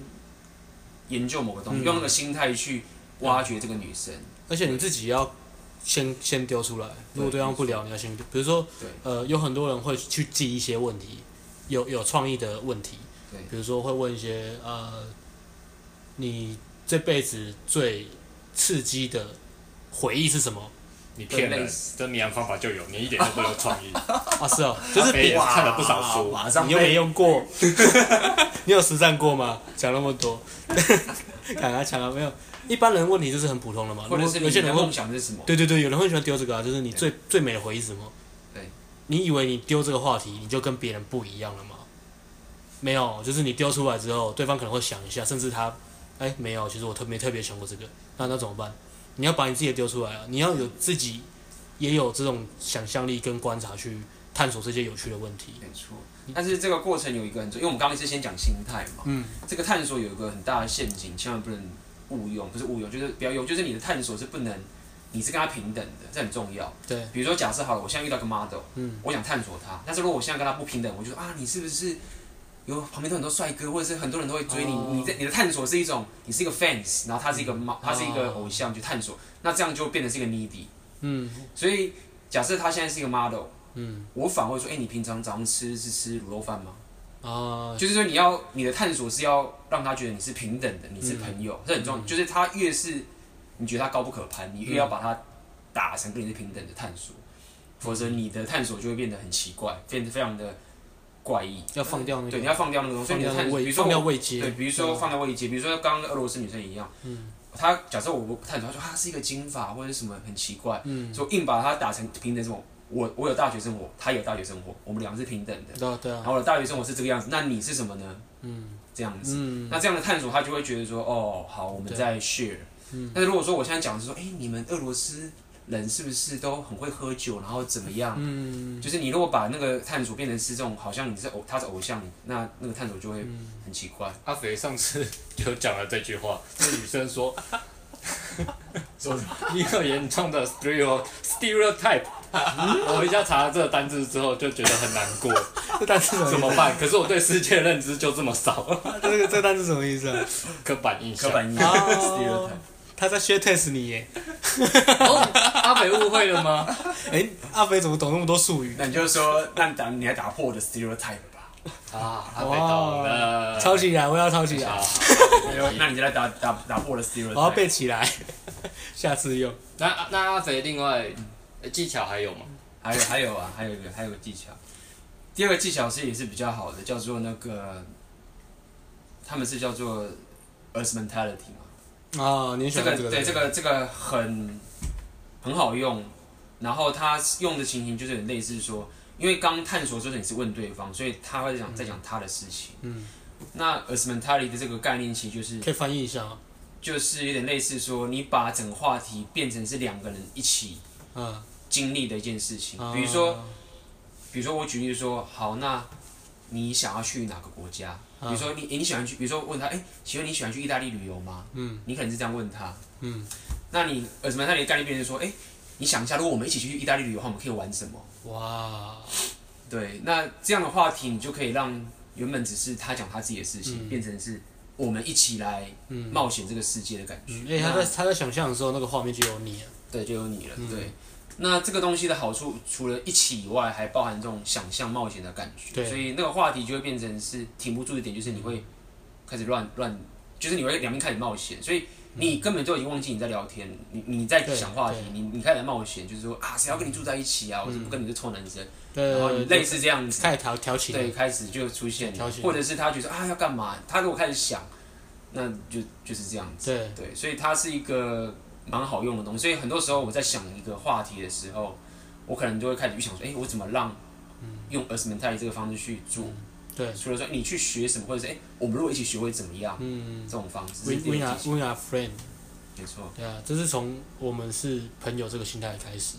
研究某个东嗯西，用那个心态去挖掘这个女生。而且你自己要先先丢出来，如果对方不聊，你要先丢。比如说对，呃，有很多人会去记一些问题，有有创意的问题，对比如说会问一些呃，你这辈子最刺激的回忆是什 么？你骗对类人，似这绵羊方法就有，你一点都不有创意。啊，是哦， 就是阿飞比也是看了不少书，马上你又没被用过，你有实战过 吗？讲那么多， 敢啊抢啊没有？一般人问题就是很普通的嘛，或者嗯如果是有你些的人会梦想是什么？对对对，有人会喜欢丢这个啊，就是你最最美的回忆是什么？对，你以为你丢这个话题，你就跟别人不一样了吗？没有，就是你丢出来之后，对方可能会想一下，甚至他，哎，没有，其实我特没特别想过这个，那那怎么办？你要把你自己的丢出来啊，你要有自己也有这种想象力跟观察去探索这些有趣的问题。没错。但是这个过程有一个很重，因为我们刚刚是先讲心态嘛，嗯，这个探索有一个很大的陷阱，千万不能误用，不是误用，就是不要用，就是你的探索是不能，你是跟他平等的，这很重要。对，比如说，假设好了，我现在遇到一个 model，嗯我想探索他，但是如果我现在跟他不平等，我就说啊，你是不是有旁边都很多帅哥，或者是很多人都会追你，哦嗯你的你的探索是一种，你是一个 fans，然后他是一个 mo，他是一个偶像，去探索，那这样就变成是一个 needy。哦嗯所以假设他现在是一个 model，嗯我反而会说，哎、你平常早上吃是吃卤肉饭吗？啊，就是说你要你的探索是要让他觉得你是平等的，你是朋嗯友，这很重要。就是他越是你觉得他高不可攀，嗯你越要把他打成跟你是平等的探索，否则你的探索就会变得很奇怪，变得非常的怪异。要放掉那对，你个，要放掉那个东西，所以放你掉那的个探索，位，比如说放掉我位阶，嗯对，比如说放掉位阶，比如说刚刚俄罗斯女生一样，她假设我我探索，她说她是一个金发或者是什么很奇怪，嗯，所以我硬把她打成平等生活。我我有大学生活，她有大学生活，我们两个是平等的。对啊对然啊， 后我的大学生活是这个样子，那你是什么呢？嗯这样子。嗯那这样的探索，他就会觉得说，哦，好，我们对嗯在 share。但是如果说我现在讲的是说，哎、你们俄罗斯人是不是都很会喝酒，然后怎么样？嗯，就是你如果把那个探索变成是这种，好像你是偶他是偶像，那那个探索就会嗯很奇怪。阿肥上次就讲了这句话，那女 生说，说你有严重的 stereo stereotype。我回家查了这个单字之后，就觉得很难过，这单词 怎么办？可是我对世界认知就这么少， 这个这单是什么意思啊？刻板印象。印哦 他在 share test 你耶？哦，阿肥误会了 吗？哎、阿肥怎么懂那么多术语？那你就说，那你打你还打破我的 stereotype 吧。啊，阿肥懂了，抄起来，我要抄起啊来，。 那你就来打打打破我的 stereotype。我要背起来，下次用。那那阿肥另外呃技巧还有吗？还有还有啊，还有一个还有个技巧，第二个技巧是也是比较好的，叫做那个，他们是叫做 earth mentality 嘛，哦，你喜这欢个这个？对这个这个很很好用，然后他用的情形就是很类似说，因为刚探索的时候你是问对方，所以他会讲在讲他的事情，嗯，那 earth mentality 的这个概念其实就是可以翻译一下吗？就是有点类似说，你把整个话题变成是两个人一起嗯，经历的一件事情，啊比如说。比如说我举例说，好，那你想要去哪个国家？比啊如说你、诶你喜欢去，比如说问他，哎、请问你喜欢去意大利旅游吗？嗯，你可能是这样问他。嗯，那你呃什么？那你的概念变成说，哎、你想一下，如果我们一起去意大利旅游的话，我们可以玩什么？哇，对，那这样的话题，你就可以让原本只是他讲他自己的事情，嗯变成是我们一起来嗯冒险这个世界的感觉。嗯，哎、他在他在想象的时候，那个画面就有你了。对，就有你了。嗯对，那这个东西的好处，除了一起以外，还包含这种想象冒险的感觉。对所以那个话题就会变成是停不住的点，就是你会开始乱乱，就是你会两边开始冒险，所以你根本就已经忘记你在聊天，你你在对想话题，嗯对你你开始冒险，就是说啊，谁要跟你住在一起啊？我是不跟你这臭男生，对然后你呃对，对类似这样子，开始调调情了。对，开始就出现挑了，衅或者是他觉得啊要干嘛，他如果开始想，那就就是这样子。对，对，所以它是一个蛮好用的东西。所以很多时候我在想一个话题的时候，我可能就会开始去想说，哎、我怎么让用 a s m e n t a l i 这个方式去做？对，除了说诶你去学什么，或者是哎、诶我们如果一起学会怎么样，嗯这种方式，we 是第 we 二 are 个技巧 we are friend。没错，对啊，这是从我们是朋友这个心态开始，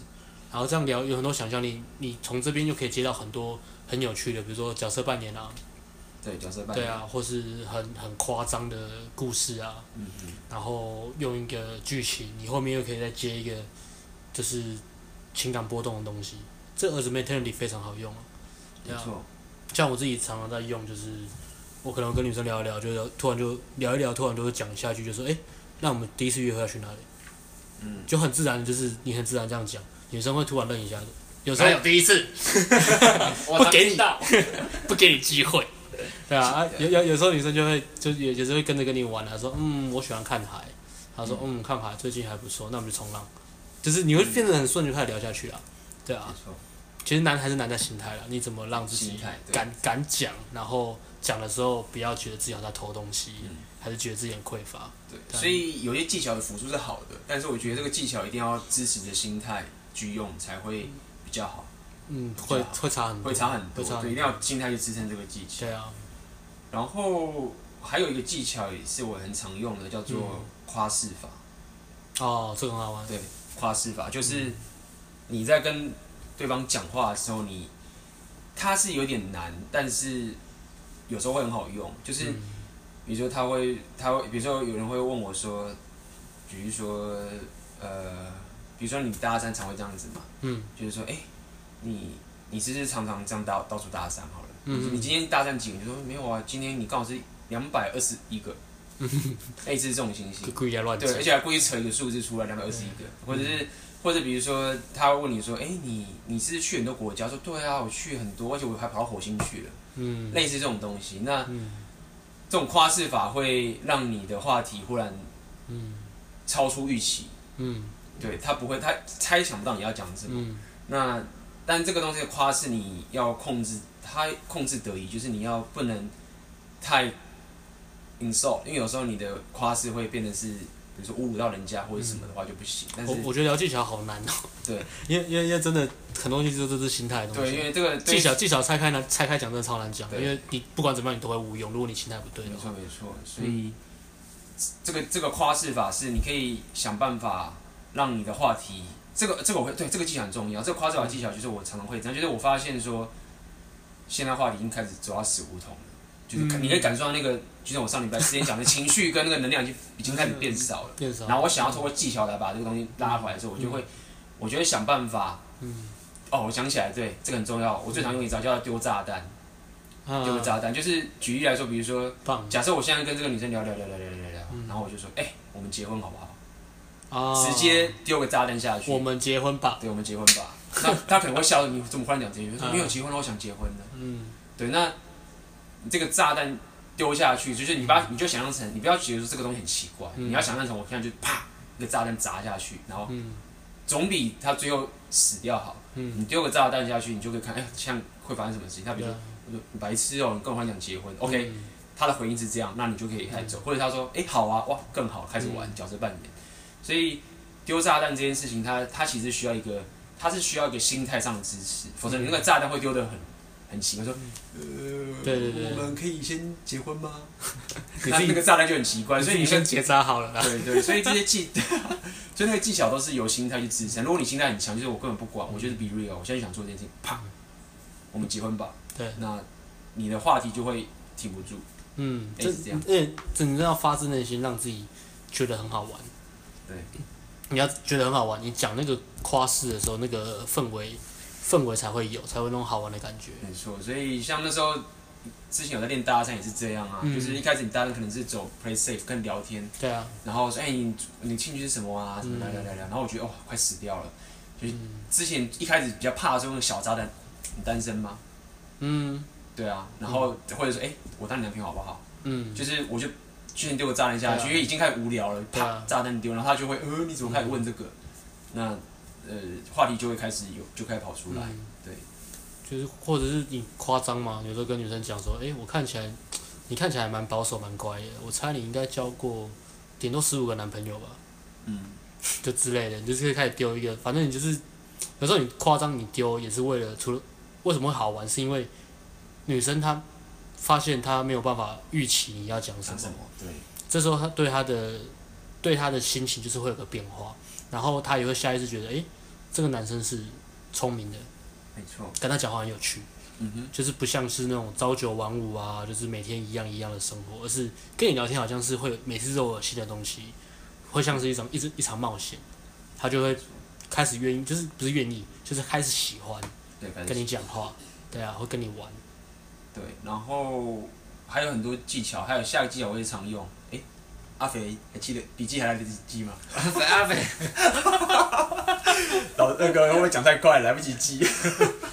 然后这样聊有很多想象力，你从这边就可以接到很多很有趣的，比如说角色扮演啊，对角色扮对演，啊，或是很很夸张的故事啊，嗯嗯，然后用一个剧情，你后面又可以再接一个就是情感波动的东西，这 a s m a t e r n i t y 非常好用啊。对没啊，错，像我自己常常在用，就是我可能跟女生聊一聊，就聊突然就聊一聊，突然就会讲下去，就说哎、诶那我们第一次约会要去哪里？嗯，就很自然，就是你很自然这样讲，女生会突然愣一下的，有时候哪有第一 次？不我给你知道，不给你机会。对啊，啊有有有时候女生就会就有有时候会跟着跟你玩啊，说嗯我喜欢看海，她说嗯看海最近还不错，那我们就冲浪，就是你会嗯变得很顺就开始聊下去啊，对啊没，错，其实难还是难在心态啦，你怎么让自己心态对敢敢讲，然后讲的时候不要觉得自己好像在偷东西，嗯还是觉得自己很匮乏，对，所以有些技巧的辅助是好的，但是我觉得这个技巧一定要支持你的心态去用才会比较好，嗯会对啊会差很多，会差很会多，差对，很一定多，要心态去支撑这个技巧。对啊，然后还有一个技巧也是我很常用的，叫做夸饰法。哦这个很好玩，对，夸饰嗯法就是你在跟对方讲话的时候，你它是有点难，但是有时候会很好用。就是嗯比如说他会，他会，比如说有人会问我说，比如说呃，比如说你搭讪常会这样子嘛，嗯，就是说，哎、你你是不是常常这样到到处搭讪好了？嗯你今天搭讪几个？你说没有啊，今天你刚好是两百二十 一个，类似这种情形就。故意在乱讲对，，而且还故意扯一个数字出来，两百二十一个，或者嗯是或者比如说他问你说，哎、你你是去很多国家？说对啊，我去很多，而且我还跑到火星去了，嗯类似这种东西。那嗯这种夸饰法会让你的话题忽然嗯超出预期，嗯对他不会，他猜想不到你要讲什么。嗯那但这个东西的夸饰你要控制，它控制得宜，就是你要不能太 insult，因为有时候你的夸饰会变得是，比如说侮辱到人家或者什么的话就不行。但是我我觉得聊技巧好难哦。对， 因为因为因为真的很多东西就是这是心态的东对，西。因为这个对技巧技巧拆开呢，拆开讲真的超难讲，对因为你不管怎么样你都会无用，如果你心态不对没的错话。没错，嗯所以、这个这个夸饰法是你可以想办法让你的话题，这个这个我会对这个技巧很重要，这个夸饰法技巧就是我常常会这样，就是我发现说现在话题已经开始走到死胡同了。就是嗯你可以感受到那个，就像我上礼拜之前讲的情绪跟那个能量已经已经开始变少了。变少。然后我想要通过技巧来把这个东西拉回来的时候，我就会，我就会想办法。嗯哦，我想起来，对，这个很重要。我最常用一招叫丢炸弹，啊丢炸弹就是举例来说，比如说棒假设我现在跟这个女生聊聊聊聊聊聊聊，然后我就说，哎、我们结婚好不好？嗯啊！直接丢个炸弹下去。我们结婚吧。对，我们结婚吧。 那他可能会笑你怎么忽然讲这句，说嗯没有结婚了，我想结婚了。嗯对，那你这个炸弹丢下去，就是你把你就想象成，你不要觉得说这个东西很奇怪，嗯你要想象成我现在就啪一个炸弹砸下去，然后嗯总比他最后死掉好。嗯。你丢个炸弹下去，你就可以看，哎、像会发生什么事情。他比如对说啊，我说你白痴哦、你跟我忽然讲结婚，OK，嗯他的回应是这样，那你就可以开始走，或者他说，哎、好啊，哇，更好，开始嗯玩角色扮演。所以丢炸弹这件事情，它它其实需要一个，它是需要一个心态上的支持，否嗯则你那个炸弹会丢得很很奇怪，说，呃，对对对我们可以先结婚吗？你那自那个己炸弹就很奇怪，所以你你先先。结扎好了啦。对对，所以这些技， 所以那个技巧都是由心态去支撑。如果你心态很强，就是我根本不管，嗯我就是 be real，我现在想做这件事情，啪，我们结婚吧。对那你的话题就会停不住。嗯，类哎似这样因为真的要发自内心让自己觉得很好玩。对。你要觉得很好玩，你讲那个夸饰的时候，那个氛围氛围才会有，才会那种好玩的感觉。没错，所以像那时候之前有在练搭讪也是这样啊，嗯就是一开始你搭讪可能是走 play safe 跟聊天，对啊，然后说哎、你你兴趣是什么啊，什么嗯聊聊聊聊，然后我觉得哦快死掉了，就是嗯之前一开始比较怕的时候那个小渣男，你单身吗？嗯对啊，然后或者说哎、我当你男朋友好不好？嗯，就是我就去年丢个炸弹下去，对啊因为已经开始无聊了，对啪、啊炸弹丢，然后他就会呃你怎么开始问这个？那呃话题就会开始有就开始跑出来，嗯对，就是或者是你夸张嘛，有时候跟女生讲说，哎、我看起来你看起来蛮保守蛮乖的，我猜你应该交过顶多十五个男朋友吧，嗯，就之类的，你就是开始丢一个，反正你就是有时候你夸张你丢也是为了除了为什么会好玩，是因为女生她发现她没有办法预期你要讲什想么什，么？对，这时候他对他的对他的心情就是会有个变化，然后他也会下意识觉得，诶，这个男生是聪明的，没错，跟他讲话很有趣，嗯哼，就是不像是那种朝九晚五啊，就是每天一样一样的生活，而是跟你聊天好像是会每次都有新的东西，会像是一场一直一场冒险，他就会开始愿意，就是不是愿意，就是开始喜欢对，反跟正你讲话，对啊，会跟你玩，对，然后还有很多技巧，还有下一个技巧我也常用。诶，阿肥还记得笔记还来得及记吗？阿肥阿肥老那个会不会讲太快，来不及记？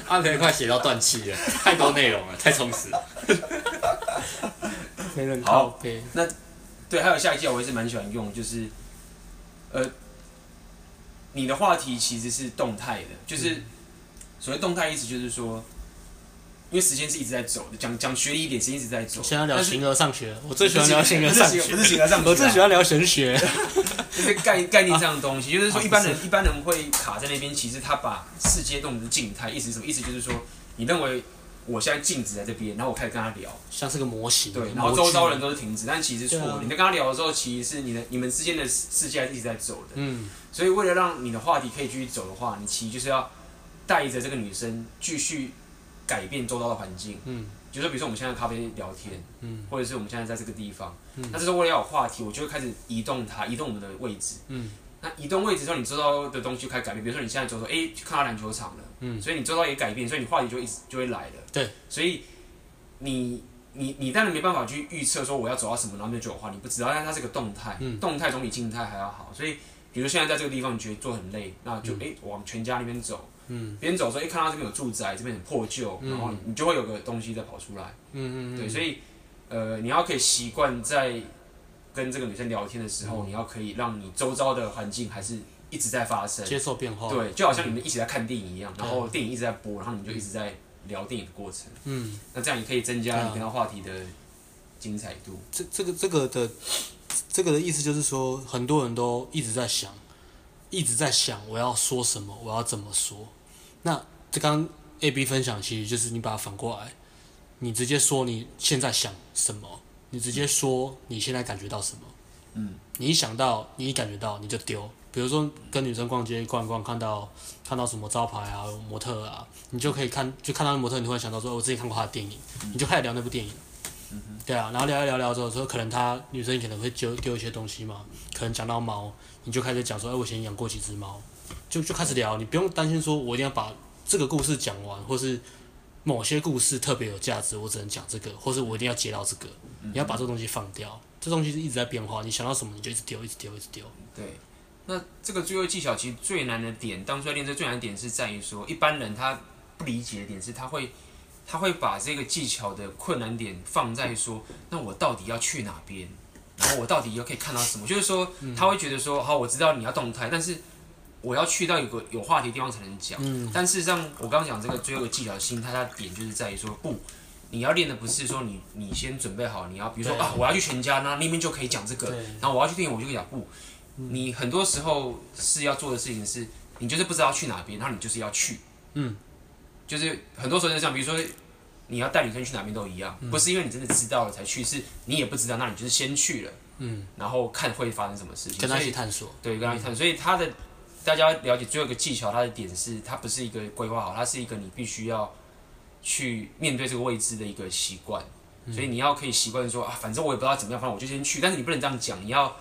阿肥快写到断 气了，太多内容了，太充实了。没人靠好背， 对，还有下一季我也是蛮喜欢用，就是，呃，你的话题其实是动态的，就是、嗯所谓动态意思就是说，因为时间是一直在走的，讲讲学理一点，时间一直在走。想要聊但是形而上学，我最喜欢聊形而不上是学不，是形而上学啊，我最喜欢聊神学，就是 概概念上的东西，就是说啊一般人不一般人会卡在那边，其实他把世界弄成静态，意思是什么？意思就是说，你认为我现在静止在这边，然后我开始跟他聊，像是个模型，对，然模后具周遭人，都是停止，但其实错对啊了。你在跟他聊的时候，其实是你的你们之间的世界还是一直在走的，嗯，所以为了让你的话题可以继续走的话，你其实就是要带着这个女生继续改变周遭的环境。嗯，就说比如说我们现在咖啡聊天，嗯，或者是我们现在在这个地方，嗯那这时候为了要有话题，我就会开始移动它，移动我们的位置，嗯，那移动位置之后，你周遭的东西就开始改变。比如说你现在走走，哎、去看到篮球场了，嗯所以你周遭也改变，所以你话题就一直就会来了。对，所以你。你你当然没办法去预测说我要走到什么，然后那就有话，你不知道，但是它是个动态，嗯动态总比静态还要好，所以比如现在在这个地方，你觉得做很累，那就哎、诶往全家那边走，嗯边走的时候，哎、看到这边有住宅，这边很破旧，嗯然后你就会有个东西再跑出来。嗯嗯，对，所以呃，你要可以习惯在跟这个女生聊天的时嗯候，你要可以让你周遭的环境还是一直在发生。接受变化，，对，就好像你们一起在看电影一嗯样，对然后电影一直在播，然后你就一直在聊电影的过程，嗯。那这样也可以增对加啊你跟她话题的精彩度。这这个这个的这个的意思就是说，很多人都一直在想，一直在想我要说什么，我要怎么说。那这刚刚 A B 分享，其实就是你把它反过来，你直接说你现在想什么，你直接说你现在感觉到什么。嗯，你一想到，你一感觉到，你就丢。比如说跟女生逛街逛一逛，看到看到什么招牌啊、模特啊，你就可以看，就看到那模特，你突然想到说，哦我之前看过她的电影，你就开始聊那部电影。对啊，然后聊一聊聊之后，说可能她女生可能会丢丢一些东西嘛，可能讲到猫，你就开始讲说，哎，我以前养过几只猫，就就开始聊，你不用担心说我一定要把这个故事讲完，或是某些故事特别有价值，我只能讲这个，或是我一定要接到这个，嗯你要把这个东西放掉，这东西是一直在变化，你想到什么你就一直丢，一直丢，一直丢，对，那这个最后技巧其实最难的点，当初在练这最难的点是在于说，一般人他不理解的点是他会他会把这个技巧的困难点放在说，那我到底要去哪边，然后我到底又可以看到什么？就是说嗯他会觉得说，好，我知道你要动态，但是。我要去到有个有话题的地方才能讲，嗯但事实上，我刚刚讲这个最后的技巧的心态，它的点就是在于说，不，你要练的不是说你你先准备好，你要比如说对啊，我要去全家，那那边就可以讲这个对，嗯然后我要去电影，我就可以讲不，你很多时候是要做的事情是，你就是不知道去哪边，然后你就是要去，嗯，就是很多时候就像比如说你要带女生去哪边都一样，嗯不是因为你真的知道了才去，是你也不知道，那你就是先去了，嗯，然后看会发生什么事情，跟他一所以起探索，对，跟他一起探索。所以他的大家了解最后一个技巧，它的点是它不是一个规划好，它是一个你必须要去面对这个未知的一个习惯。所以嗯你要可以习惯说啊，反正我也不知道怎么样，反正我就先去。但是你不能这样讲，你要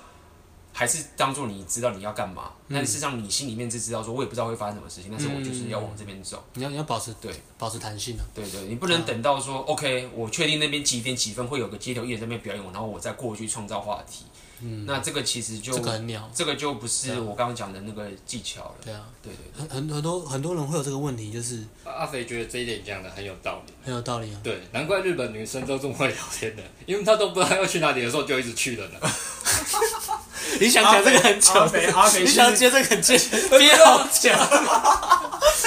还是当做你知道你要干嘛。但嗯是事实上你心里面是知道说，我也不知道会发生什么事情，但是我就是要往这边走。你要你要保持对保持弹性啊，对对，你不能等到说、OK，我确定那边几点几分会有个街头艺人在那边表演，然后我再过去创造话题。嗯，那这个其实就这个很鸟，这个就不是我刚刚讲的那个技巧了。对啊，啊对对很很很多很多人会有这个问题，就是阿阿肥觉得这一点讲的很有道理，很有道理啊，对，难怪日本女生都这么会聊天的，因为她都不知道要去哪里的时候就一直去 了呢。你想讲这个很久，阿肥阿肥你想接这个很久， 憋好久，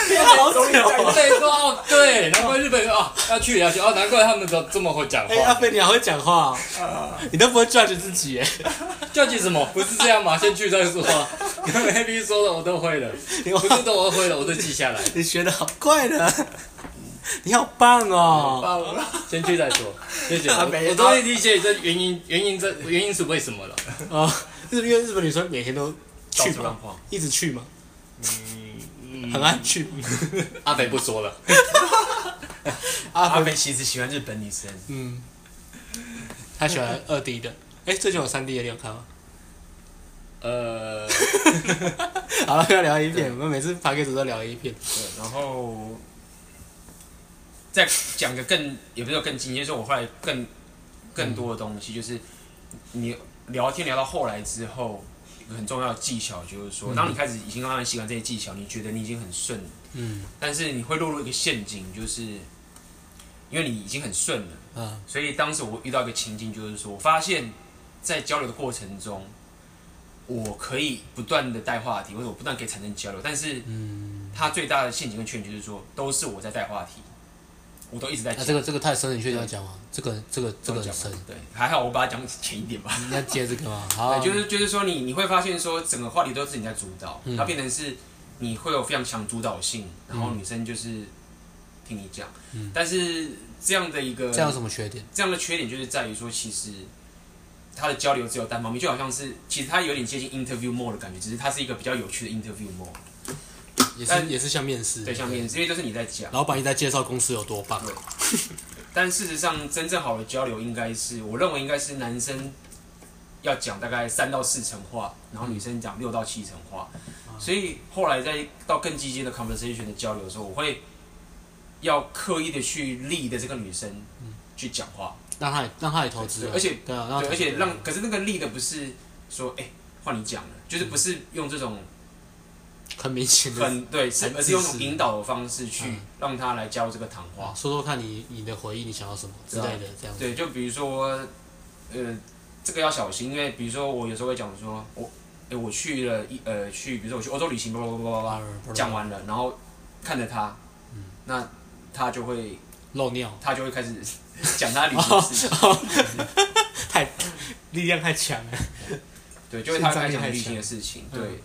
憋好终于在久。对，说哦，对，难怪日本人啊要去也要去哦，难怪他们都这么会讲哎、阿话。飞，你好会讲话、哦，你都不会 judge 自己耶，叫你什么？ 不是这样嘛，先去再说啊。跟 A B 说的我都会了，你不是的我都会了，我都记下 来。你学的好快呢，你好棒哦！先去再说，谢谢。 阿我北我终于理解这原因，原因这原因是为什么了。哦，日因为日本女生每天都到去处乱嘛，晃。一直去嘛，嗯嗯很爱去。阿北不说了，阿阿肥肥其实喜欢日本女生，嗯，他喜欢二 D 的。哎、最近有三 D 的，你有看吗？呃，好了，不要聊 A 片，我们每次 p a c 都聊 A 片。对，然后再讲个更也不是说更进阶，就是我后来更更多的东西，就是你聊天聊到后来之后，有很重要的技巧就是说，当你开始已经慢慢习惯这些技巧，你觉得你已经很顺，嗯但是你会落入一个陷阱，就是因为你已经很顺了。啊所以当时我遇到一个情境，就是说我发现，在交流的过程中，我可以不断的带话题，或者我不断可以产生交流，但是嗯，它最大的陷阱跟缺点就是说，都是我在带话题，我都一直在那、讲。这个这个太深了，你确定要讲吗？这个这个啊这个很讲深嘛，对，还好我把它讲浅一点吧。你要嗯接这个吗？好，对，就是就是说你你会发现说整个话题都是你在主导，嗯它变成是你会有非常强主导性，然后女生就是听你讲，但是这样的一个嗯这样有什么缺点？这样的缺点就是在于说，其实他的交流只有单方面，就好像是其实他有点接近 interview more 的感觉，只是它是一个比较有趣的 interview more，也是但也是像面试，对，像面试，因为都是你在讲。老板一直在介绍公司有多棒，对但事实上，真正好的交流应该是，我认为应该是男生要讲大概三到四成话，然后女生讲六到七成话。所以后来在到更激进的 conversation 的交流的时候，我会要刻意的去立的这个女生去讲话，让他也让他也投资了，对而且对啊，让他对，投而资且了让可是那个力的不是说哎换、你讲了，就是不是用这种很明显的很对，是嗯很而是用自那种私引导的方式去嗯让他来加入这个谈话哇，。说说看你你的回忆，你想要什么之类的，这样子。对，啊就比如说呃这个要小心，因为比如说我有时候会讲说我哎、我去了一呃去，比如说我去欧洲旅行，叭叭叭叭嗯叭叭，讲完了，然后看着他，那他就会漏尿，他就会开始 讲他旅行的事哦情。 太 力量太强了。对，就会他心脏开力讲太女强性的事情，嗯对。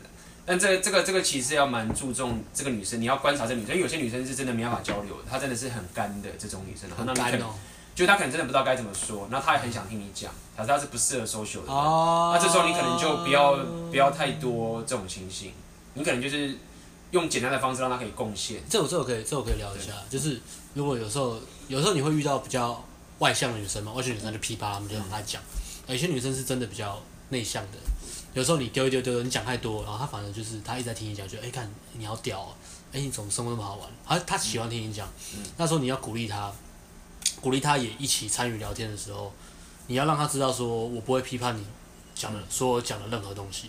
但这这个这个其实要蛮注重这个女生，你要观察这个女生，因为有些女生是真的没办法交流的，她真的是很干的这种女生，然后很那你可干能哦。就她可能真的不知道该怎么说，那她也很想听你讲，可是她是不适合 social 的。哦啊那这时候你可能就不要不要太多这种情形，你可能就是用简单的方式让她可以贡献。这我这我可以这我可以聊一下，就是如果有时候有时候你会遇到比较外向的女生嘛，外向女生就噼啪，我们就让她讲。哎有些女生是真的比较内向的，有时候你丢一丢丢，你讲太多，然后她反而就是她一直在听你讲，就哎看你好屌、哦，哎你怎么生活那么好玩？她她喜欢听你讲，那时候你要鼓励她，鼓励她也一起参与聊天的时候，你要让她知道说我不会批判你讲的、所有讲的任何东西，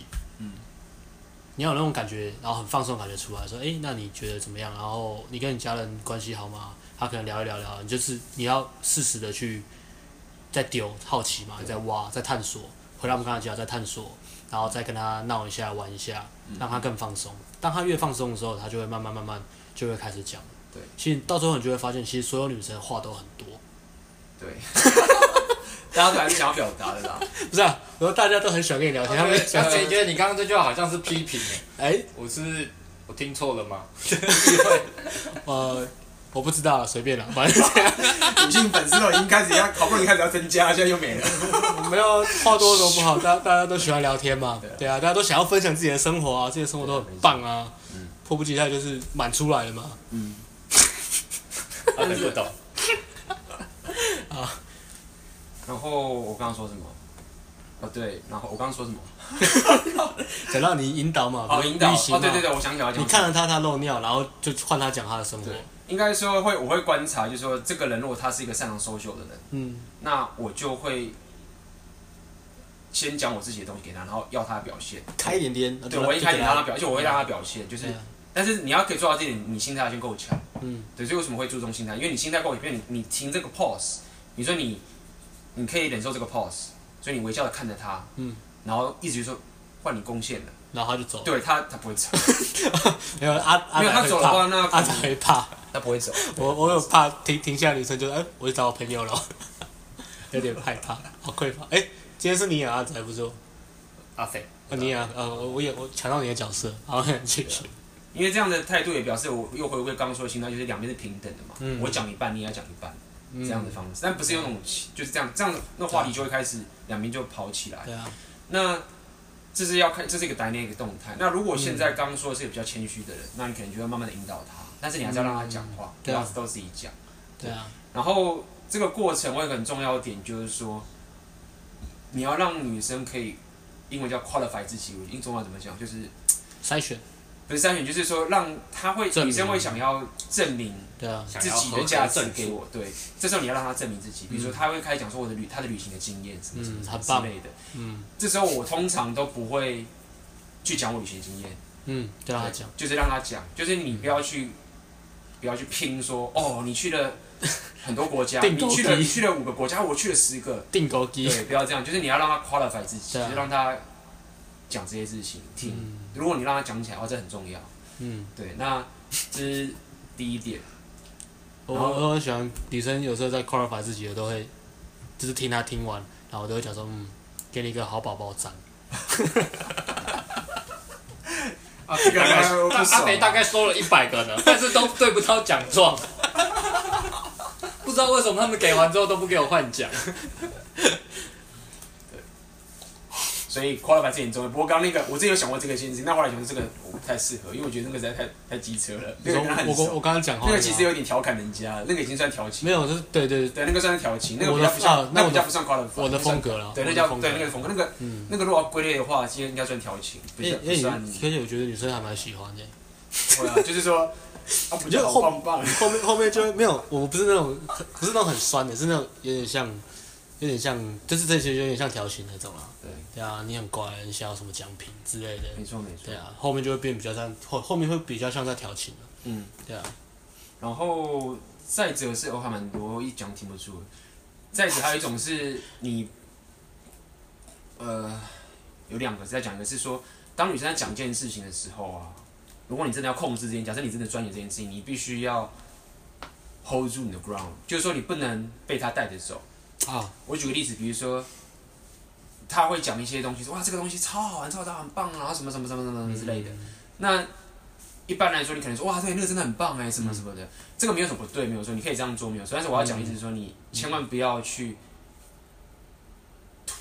你要有那种感觉，然后很放松的感觉出来，说，哎、那你觉得怎么样？然后你跟你家人关系好吗？他可能聊一聊聊，你就是你要适时的去再丢好奇嘛，再挖，再探索，回到我们刚才讲，再探索，然后再跟他闹一下，玩一下，让他更放松。当他越放松的时候，他就会慢慢慢慢就会开始讲。对，其实到最后你就会发现，其实所有女生话都很多，对，大家都还是想要表达的啦。不是啊？然后大家都很喜欢跟你聊天，他们小姐呃觉得你刚刚这句话好像是批评欸，哎、我是我听错了 吗？呃，我不知道啊，随便啦，反正这样女性粉丝都已经开始要，好不容易开始要增加，现在又没了。没有话多有什么不 好？大大家都喜欢聊天嘛，对啊，大家都想要分享自己的生活啊，自己的生活都很棒啊，嗯迫不及待就是满出来了嘛。阿北不懂， 然后我刚刚说什么？哦对，然后我刚刚说什么？想让你引导嘛，哦，旅引导。行嘛啊哦，对对对，我想起来，我想起来你看了他他漏尿，然后就换他讲他的生活对，，应该说会，我会观察，就是说这个人如果他是一个擅长 social 的人，嗯，那我就会先讲我自己的东西给他，然后要他的表现。开一点点，对，我一开始让他表，表现，我会让他表现，就是，但是你要可以做到这点，你心态要先够强。嗯，对，所以为什么会注重心态？因为你心态够强，因为你你停这个 pause，你说你你可以忍受这个 pause，所以你微笑的看着他，嗯，哦然后一直说换你贡献了，然后他就走，对他他不会走，没有阿阿没有仔他会走的话怕，那阿仔会怕，他不会走。我我有怕停停下来的女生就是，哎，我去找我朋友了， 有点害怕，好匮乏，哎，今天是你演阿仔不是我？阿肥，啊，你啊，呃，我我也我抢到你的角色，好， 继续。因为这样的态度也表示我又回归刚刚说的心态，就是两边是平等的嘛。嗯我讲一半，你也要讲一半，这样的方式，但不是用那种就是这样，这样那话题就会开始两边就跑起来。对啊，那这是要看，这是一个 dynamic 动态。那如果现在刚刚说的是一个比较嗯谦虚的人，那你可能就要慢慢的引导他，但是你还是要让他讲话，对不啊要都自己讲。对啊，然后这个过程我有个很重要的点就是说，你要让女生可以英文叫 qualify 自己，我英中文怎么讲就是筛选，不是筛选，就是说让她会证明女生会想要证明对啊，想自要己合的格价值证给书，我。对，这时候你要让他证明自己，比如说他会开始讲说我的旅他的旅行的经验什么什么嗯什很么棒之类的。嗯这时候我通常都不会去讲我旅行经验，嗯，对啊，他讲，就是让他讲，就是你不要去不要去拼说哦，你去了很多国 家，定你投去了机你去了五个国家，我去了 十个，定钩机，对，不要这样，就是你要让他 qualify 自己，对啊就让他讲这些事情听。如果你让他讲起来的话，这很重要。嗯，对，那这是第一点。我然后我很喜欢女生有时候在 qualify 自己的都会，就是听她听完，然后我都会讲说，嗯，给你一个好宝宝赞，啊阿这肥个大概让我不大爽阿肥大概收了一百个呢， 但是都对不到奖 状。不知道为什么他们给完之后都不给我换奖，所以 qualify 这点很重要。不过刚刚那个，我之前有想过这个限制，但后来觉得这个我不太适合，因为我觉得那个实在太太机车了，你那说个跟他很我我我哦熟，刚刚讲话那吗，个其实有点调侃人家了，那个已经算调情没。有，就是对对，对对，那个算是调情，那个我比的较不像啊，那那我的个比较不算 qualify。我的风格了，对，我的那叫风格对那个风格，那个嗯，那个如果要归类的话，其实应该算调情，不因是为不因为算。嗯你可是我觉得女生还蛮喜欢的。对啊，就是说，啊，不觉就得好后棒棒？后面后面就会没有，我不是那种不是那种很酸的，是那种有点像，有点像，就是这些有点像调情那种啦。对，对啊，你很乖，你想要什么奖品之类的。没错没错对。啊，后面就会变比较像后后面会比较像在调情了。嗯，对啊，然后再者是我还蛮多，一讲听不出。再者还有一种是你，呃，有两个是在讲，一个是说，当女生在讲一件事情的时候啊，如果你真的要控制这件，假设你真的钻研这件事情，你必须要 hold 住你的 ground，就是说你不能被她带着走。啊，我举个例子，比如说，他会讲一些东西，说哇这个东西超好玩，超好玩，很棒啊，然后什么什么什么什么什嗯么之类的。那一般来说，你可能说哇对，那个真的很棒哎，什么什么的，这个没有什么不对，没有说你可以这样做，没有说。但是我要讲的意思是说，你千万不要去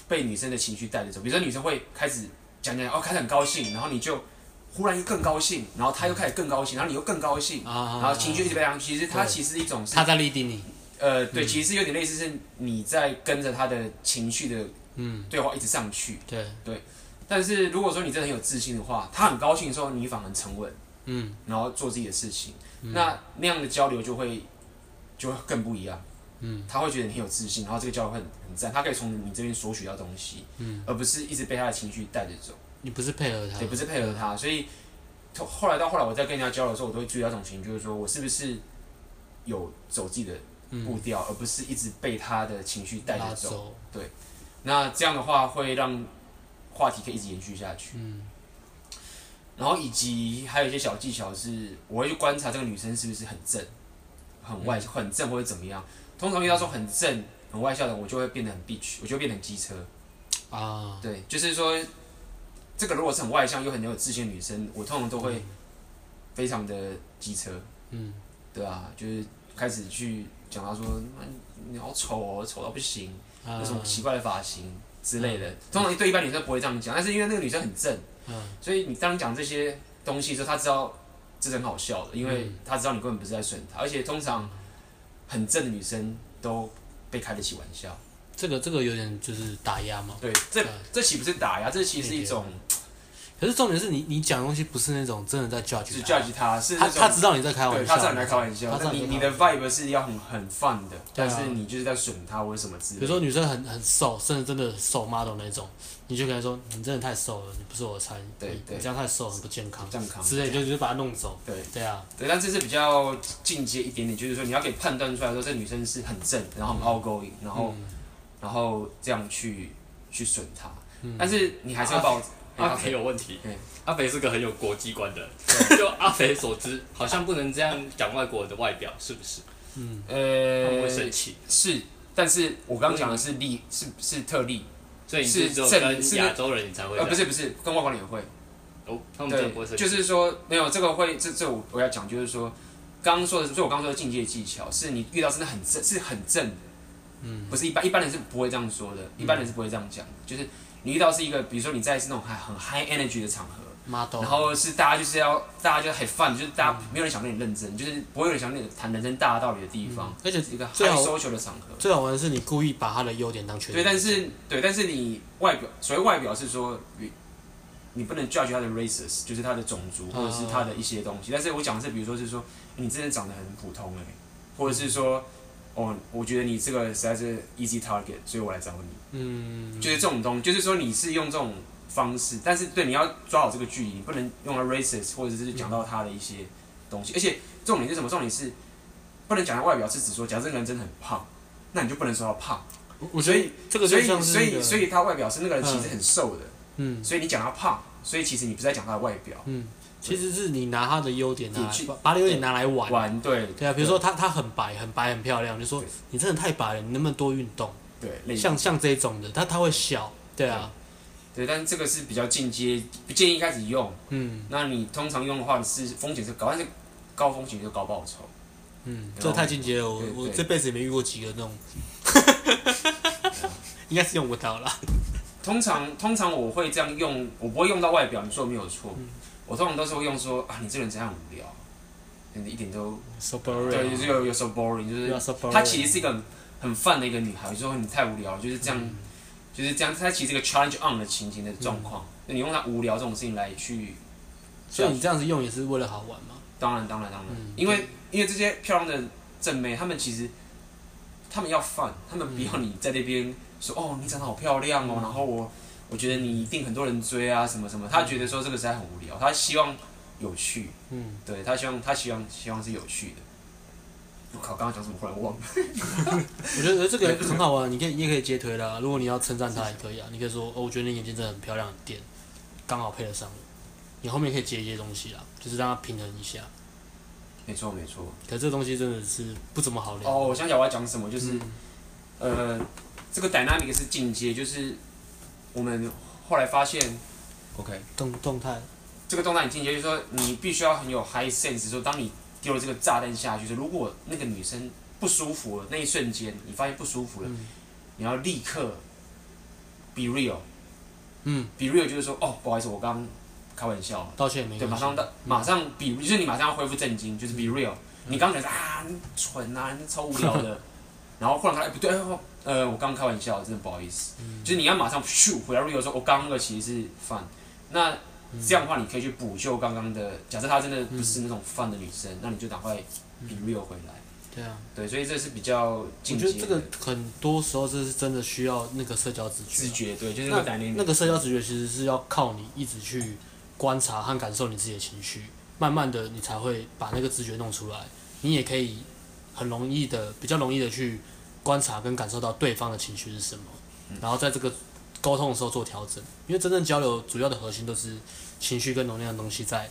被女生的情绪带着走。比如说女生会开始讲讲，哦开始很高兴，然后你就忽然又更高兴，然后她又开始更高兴，然后你又更高兴，啊然后情绪一直被上去。其实它对其实一种是他在立定你，呃，嗯对，其实有点类似是你在跟着他的情绪的嗯，对话一直上去。对，但是如果说你真的很有自信的话，他很高兴的时候，你反而很沉稳，嗯，然后做自己的事情，那那样的交流就会就会更不一样。嗯，他会觉得你很有自信，然后这个交流会很很赞，他可以从你这边索取到东西，嗯，而不是一直被他的情绪带着走，你不是配合他也，不是配合他。所以从后来到后来，我在跟人家交流的时候，我都会注意到一种情绪，就是说我是不是有走自己的步嗯，调，而不是一直被他的情绪带拉着走。走，那这样的话会让话题可以一直延续下去。嗯，然后以及还有一些小技巧是，我会去观察这个女生是不是很正、很嗯外、很正或者怎么样。通常遇到说很正、很外向的，我就会变得很 bitch，我就会变得很机车。啊，对，就是说，这个如果是很外向又很有自信的女生，我通常都会非常的机车。嗯，对啊，就是开始去讲她说，啊你你好丑哦，丑到不行。啊有什么奇怪的发型之类的。通常对一般女生不会这样讲，但是因为那个女生很正，嗯所以你当讲这些东西的时候，她知道这是很好笑的，因为嗯她知道你根本不是在损她，而且通常很正的女生都被开得起玩笑。这个这个有点就是打压嘛。对，这对这岂不是打压？这其实是一种可是重点是你你讲的东西不是那种真的在 judge，是他 judge 她，是他那他种知道你在开玩对笑，她知道你在开玩笑他，知道但你在开你玩的笑 vibe 是要很很 fun 的，对啊但是你就是在损她或者什么之类比的。如说女生很很瘦，甚至真的瘦 model 那种，你就跟她说你真的太瘦了，你不是我的菜，对你对你这样太瘦很不健康健康之类，就就把她弄走。对。对啊，对，但这是比较进阶一点点，就是说你要可以判断出来说这女生是很正，然后嗯很 outgoing，然后、然后这样去去损她，嗯但是你还是要保、阿肥有问题嗯，阿肥是个很有国际观的人。就阿肥所知，好像不能这样讲外国人的外表，是不是？嗯他们呃会生气，是，但是我刚刚讲的是例是是特例，所以你是只有是跟是亚洲人你才会这呃样。不是不是跟外国人也会，哦，他们真的不会对，生就气。是说没有这个会这这我我要讲就是说刚刚说的，就我刚刚说的进阶技巧是你遇到真的很正是很正的，嗯，不是一般一般人是不会这样嗯说的，一般人是不会这样讲的，就是你遇到是一个比如说你在是那种很很 high energy 的场合， model，然后是大家就是要大家就很 fun，就是大家没有人想跟你认真，就是不会有人想跟你谈人生大道理的地方，而且嗯是一个嗯最 high 好 social 的场合。最好玩的是你故意把他的优点当缺对，点。但是对，但是你外表，所谓外表是说你你不能 judge 他的 races，就是他的种族或者是他的啊一些东西。但是我讲的是，比如说是说你真的长得很普通哎、或者是说哦，我觉得你这个实在是 easy target，所以我来找你。嗯，就是这种东西，就是说你是用这种方式，但是对你要抓好这个距离，你不能用到 racist 或者是讲到嗯他的一些东西。而且重点是什么？重点是不能讲他外表，是指说，假设这个人真的很胖，那你就不能说他胖。我我觉所得以这个所就以像是所那以个，所以他外表是那个人其实很瘦的，嗯，所以你讲他胖，所以其实你不是在讲他的外表。其实是你拿他的优点拿来你去把把他的优点拿来玩。玩对对啊，比如说他他很白，很白很漂亮，就说对你真的太白了，你能不能多运动？对类似像像这种的，他他会笑，对啊，对，但是这个是比较进阶，不建议一开始用。嗯那你通常用的话是风险是高，但是高风险就高报酬。嗯，对啊这太进阶了，我对我对这辈子也没遇过几个那种， 应该是用不到啦。通常通常我会这样用，我不会用到外表，你说的没有错。嗯我通常都是会用说啊，你这个人怎样无聊，真的一点都 So 对，就 boring，是有有时候 boring，就是啊对啊，so boring。她其实是一个很很泛的一个女孩，就说你太无聊，就是这样，嗯就是这样。她其实是一个 challenge on 的情形的状嗯况，那你用她无聊这种事情来去，所以你这样子用也是为了好玩嘛？当然当然当然，嗯因为因为这些漂亮的正妹，她们其实她们要饭，她们不要你在那边说、哦你长得好漂亮哦，然后我我觉得你一定很多人追啊什么什么，她觉得说这个实在很无聊，她希望有趣，嗯，对她希望她希望希望是有趣的。我靠，刚刚讲什么忽然忘了。我觉得这个很好啊玩，你可以你也可以截推啦。如果你要称赞她也可以啊，你可以说哦，我觉得你眼睛真的很漂亮，很点刚好配得上我。你后面可以接一些东西啦，就是让它平衡一下。没错没错。可这东西真的是不怎么好聊。哦，我想起来我要讲什么，就是、呃，这个 dynamic 是进阶，就是我们后来发现，OK，动动态，这个动态很进阶，就是说你必须要很有 high sense，说当你丢了这个炸弹下去，就如果那个女生不舒服了，那一瞬间你发现不舒服了，嗯你要立刻 be real，嗯，be real 就是说，哦，不好意思，我刚刚开玩笑，道歉也没对，关马系。上到，马上 be，就是你马上要恢复正经，就是 be real。你刚刚讲啊，你蠢啊，你超无聊的，然后忽然看，哎不对，哦呃，我刚刚开玩笑，真的不好意思。嗯就是你要马上咻回来 real 说，我刚刚那个其实是 fun。那嗯这样的话，你可以去补救刚刚的。假设她真的不是那种 fun 的女生，那你就赶快 be real 回来。对啊，对，所以这是比较我进觉阶得这的个很多时候这是真的需要那个社交直觉直啊。觉，对，就是那那个感觉。那个社交直觉其实是要靠你一直去观察和感受你自己的情绪，慢慢的你才会把那个直觉弄出来。你也可以很容易的、比较容易的去观察跟感受到对方的情绪是什么，嗯然后在这个沟通的时候做调整。因为真正交流主要的核心都是情绪跟能量的东西在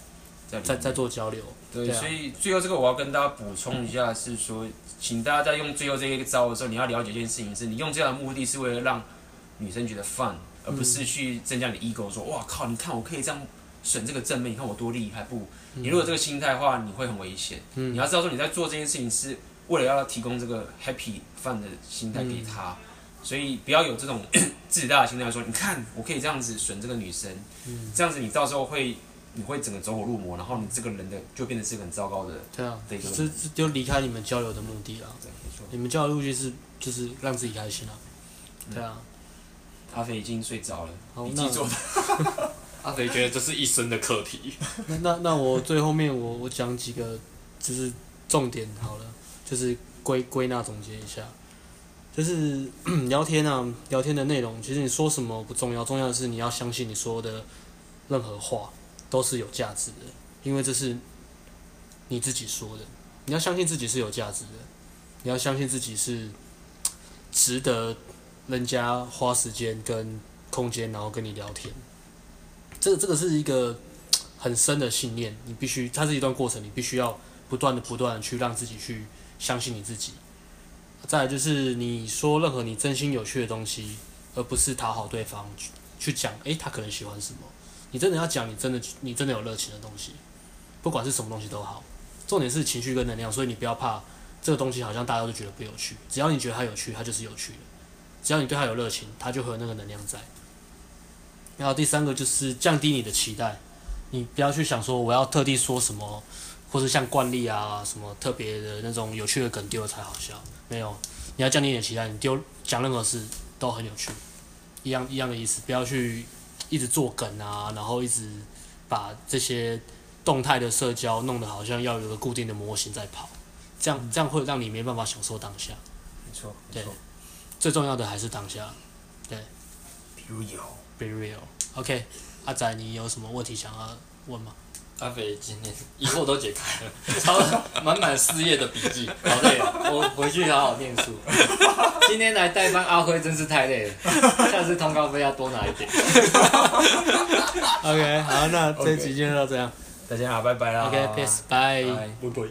在里在面在做交流。对，对啊所以最后这个我要跟大家补充一下，是说，请大家在用最后这个招的时候，你要了解一件事情是，你用这样的目的是为了让女生觉得 fun，而不是去增加你的 ego，说哇靠，你看我可以这样选这个正面，你看我多厉害。不，你如果有这个心态的话，你会很危险。你要知道说你在做这件事情是为了要提供这个 happy fun 的心态给她。所以不要有这种 自大的心态，说你看我可以这样子选这个女生，这样子你到时候会你会整个走火入魔，然后你这个人的就变成是一个很糟糕的人。对啊，这对这就离开你们交流的目的啊。对，没错。你们交流的目的是就是让自己开心啊。对啊，阿飞已经睡着了，好嗯笔那记做的。阿肥觉得这是一生的课题。 那那那我最后面我我讲几个就是重点好了，就是归归纳总结一下，就是 聊天啊，聊天的内容其实你说什么不重要，重要的是你要相信你说的任何话都是有价值的，因为这是你自己说的，你要相信自己是有价值的，你要相信自己是值得人家花时间跟空间，然后跟你聊天。这个这个是一个很深的信念，你必须，它是一段过程，你必须要不断的、不断的去让自己去相信你自己。再来就是你说任何你真心有趣的东西，而不是讨好对方去去讲，诶、他可能喜欢什么。你真的要讲你真的你真的有热情的东西，不管是什么东西都好。重点是情绪跟能量，所以你不要怕这个东西好像大家都觉得不有趣，只要你觉得它有趣，它就是有趣的。只要你对它有热情，它就会有那个能量在。然后第三个就是降低你的期待。你不要去想说我要特地说什么，或是像惯例啊什么特别的那种有趣的梗丢了才好笑，没有，你要降低你的期待，你丢讲任何事都很有趣，一样一样的意思，不要去一直做梗啊，然后一直把这些动态的社交弄得好像要有个固定的模型在跑，这样这样会让你没办法享受当下。没 错，没对错。最重要的还是当下比如有， ，be real。OK，阿仔，你有什么问题想要问吗？阿肥今天疑惑都解开了，抄了满满四页的笔记，好累啊，我回去好好念书。今天来代班阿辉真是太累了，下次通告费要多拿一点。 OK，好，那这 OK 集就到这样。大家好，拜拜啦 OK，peace，、bye。拜拜。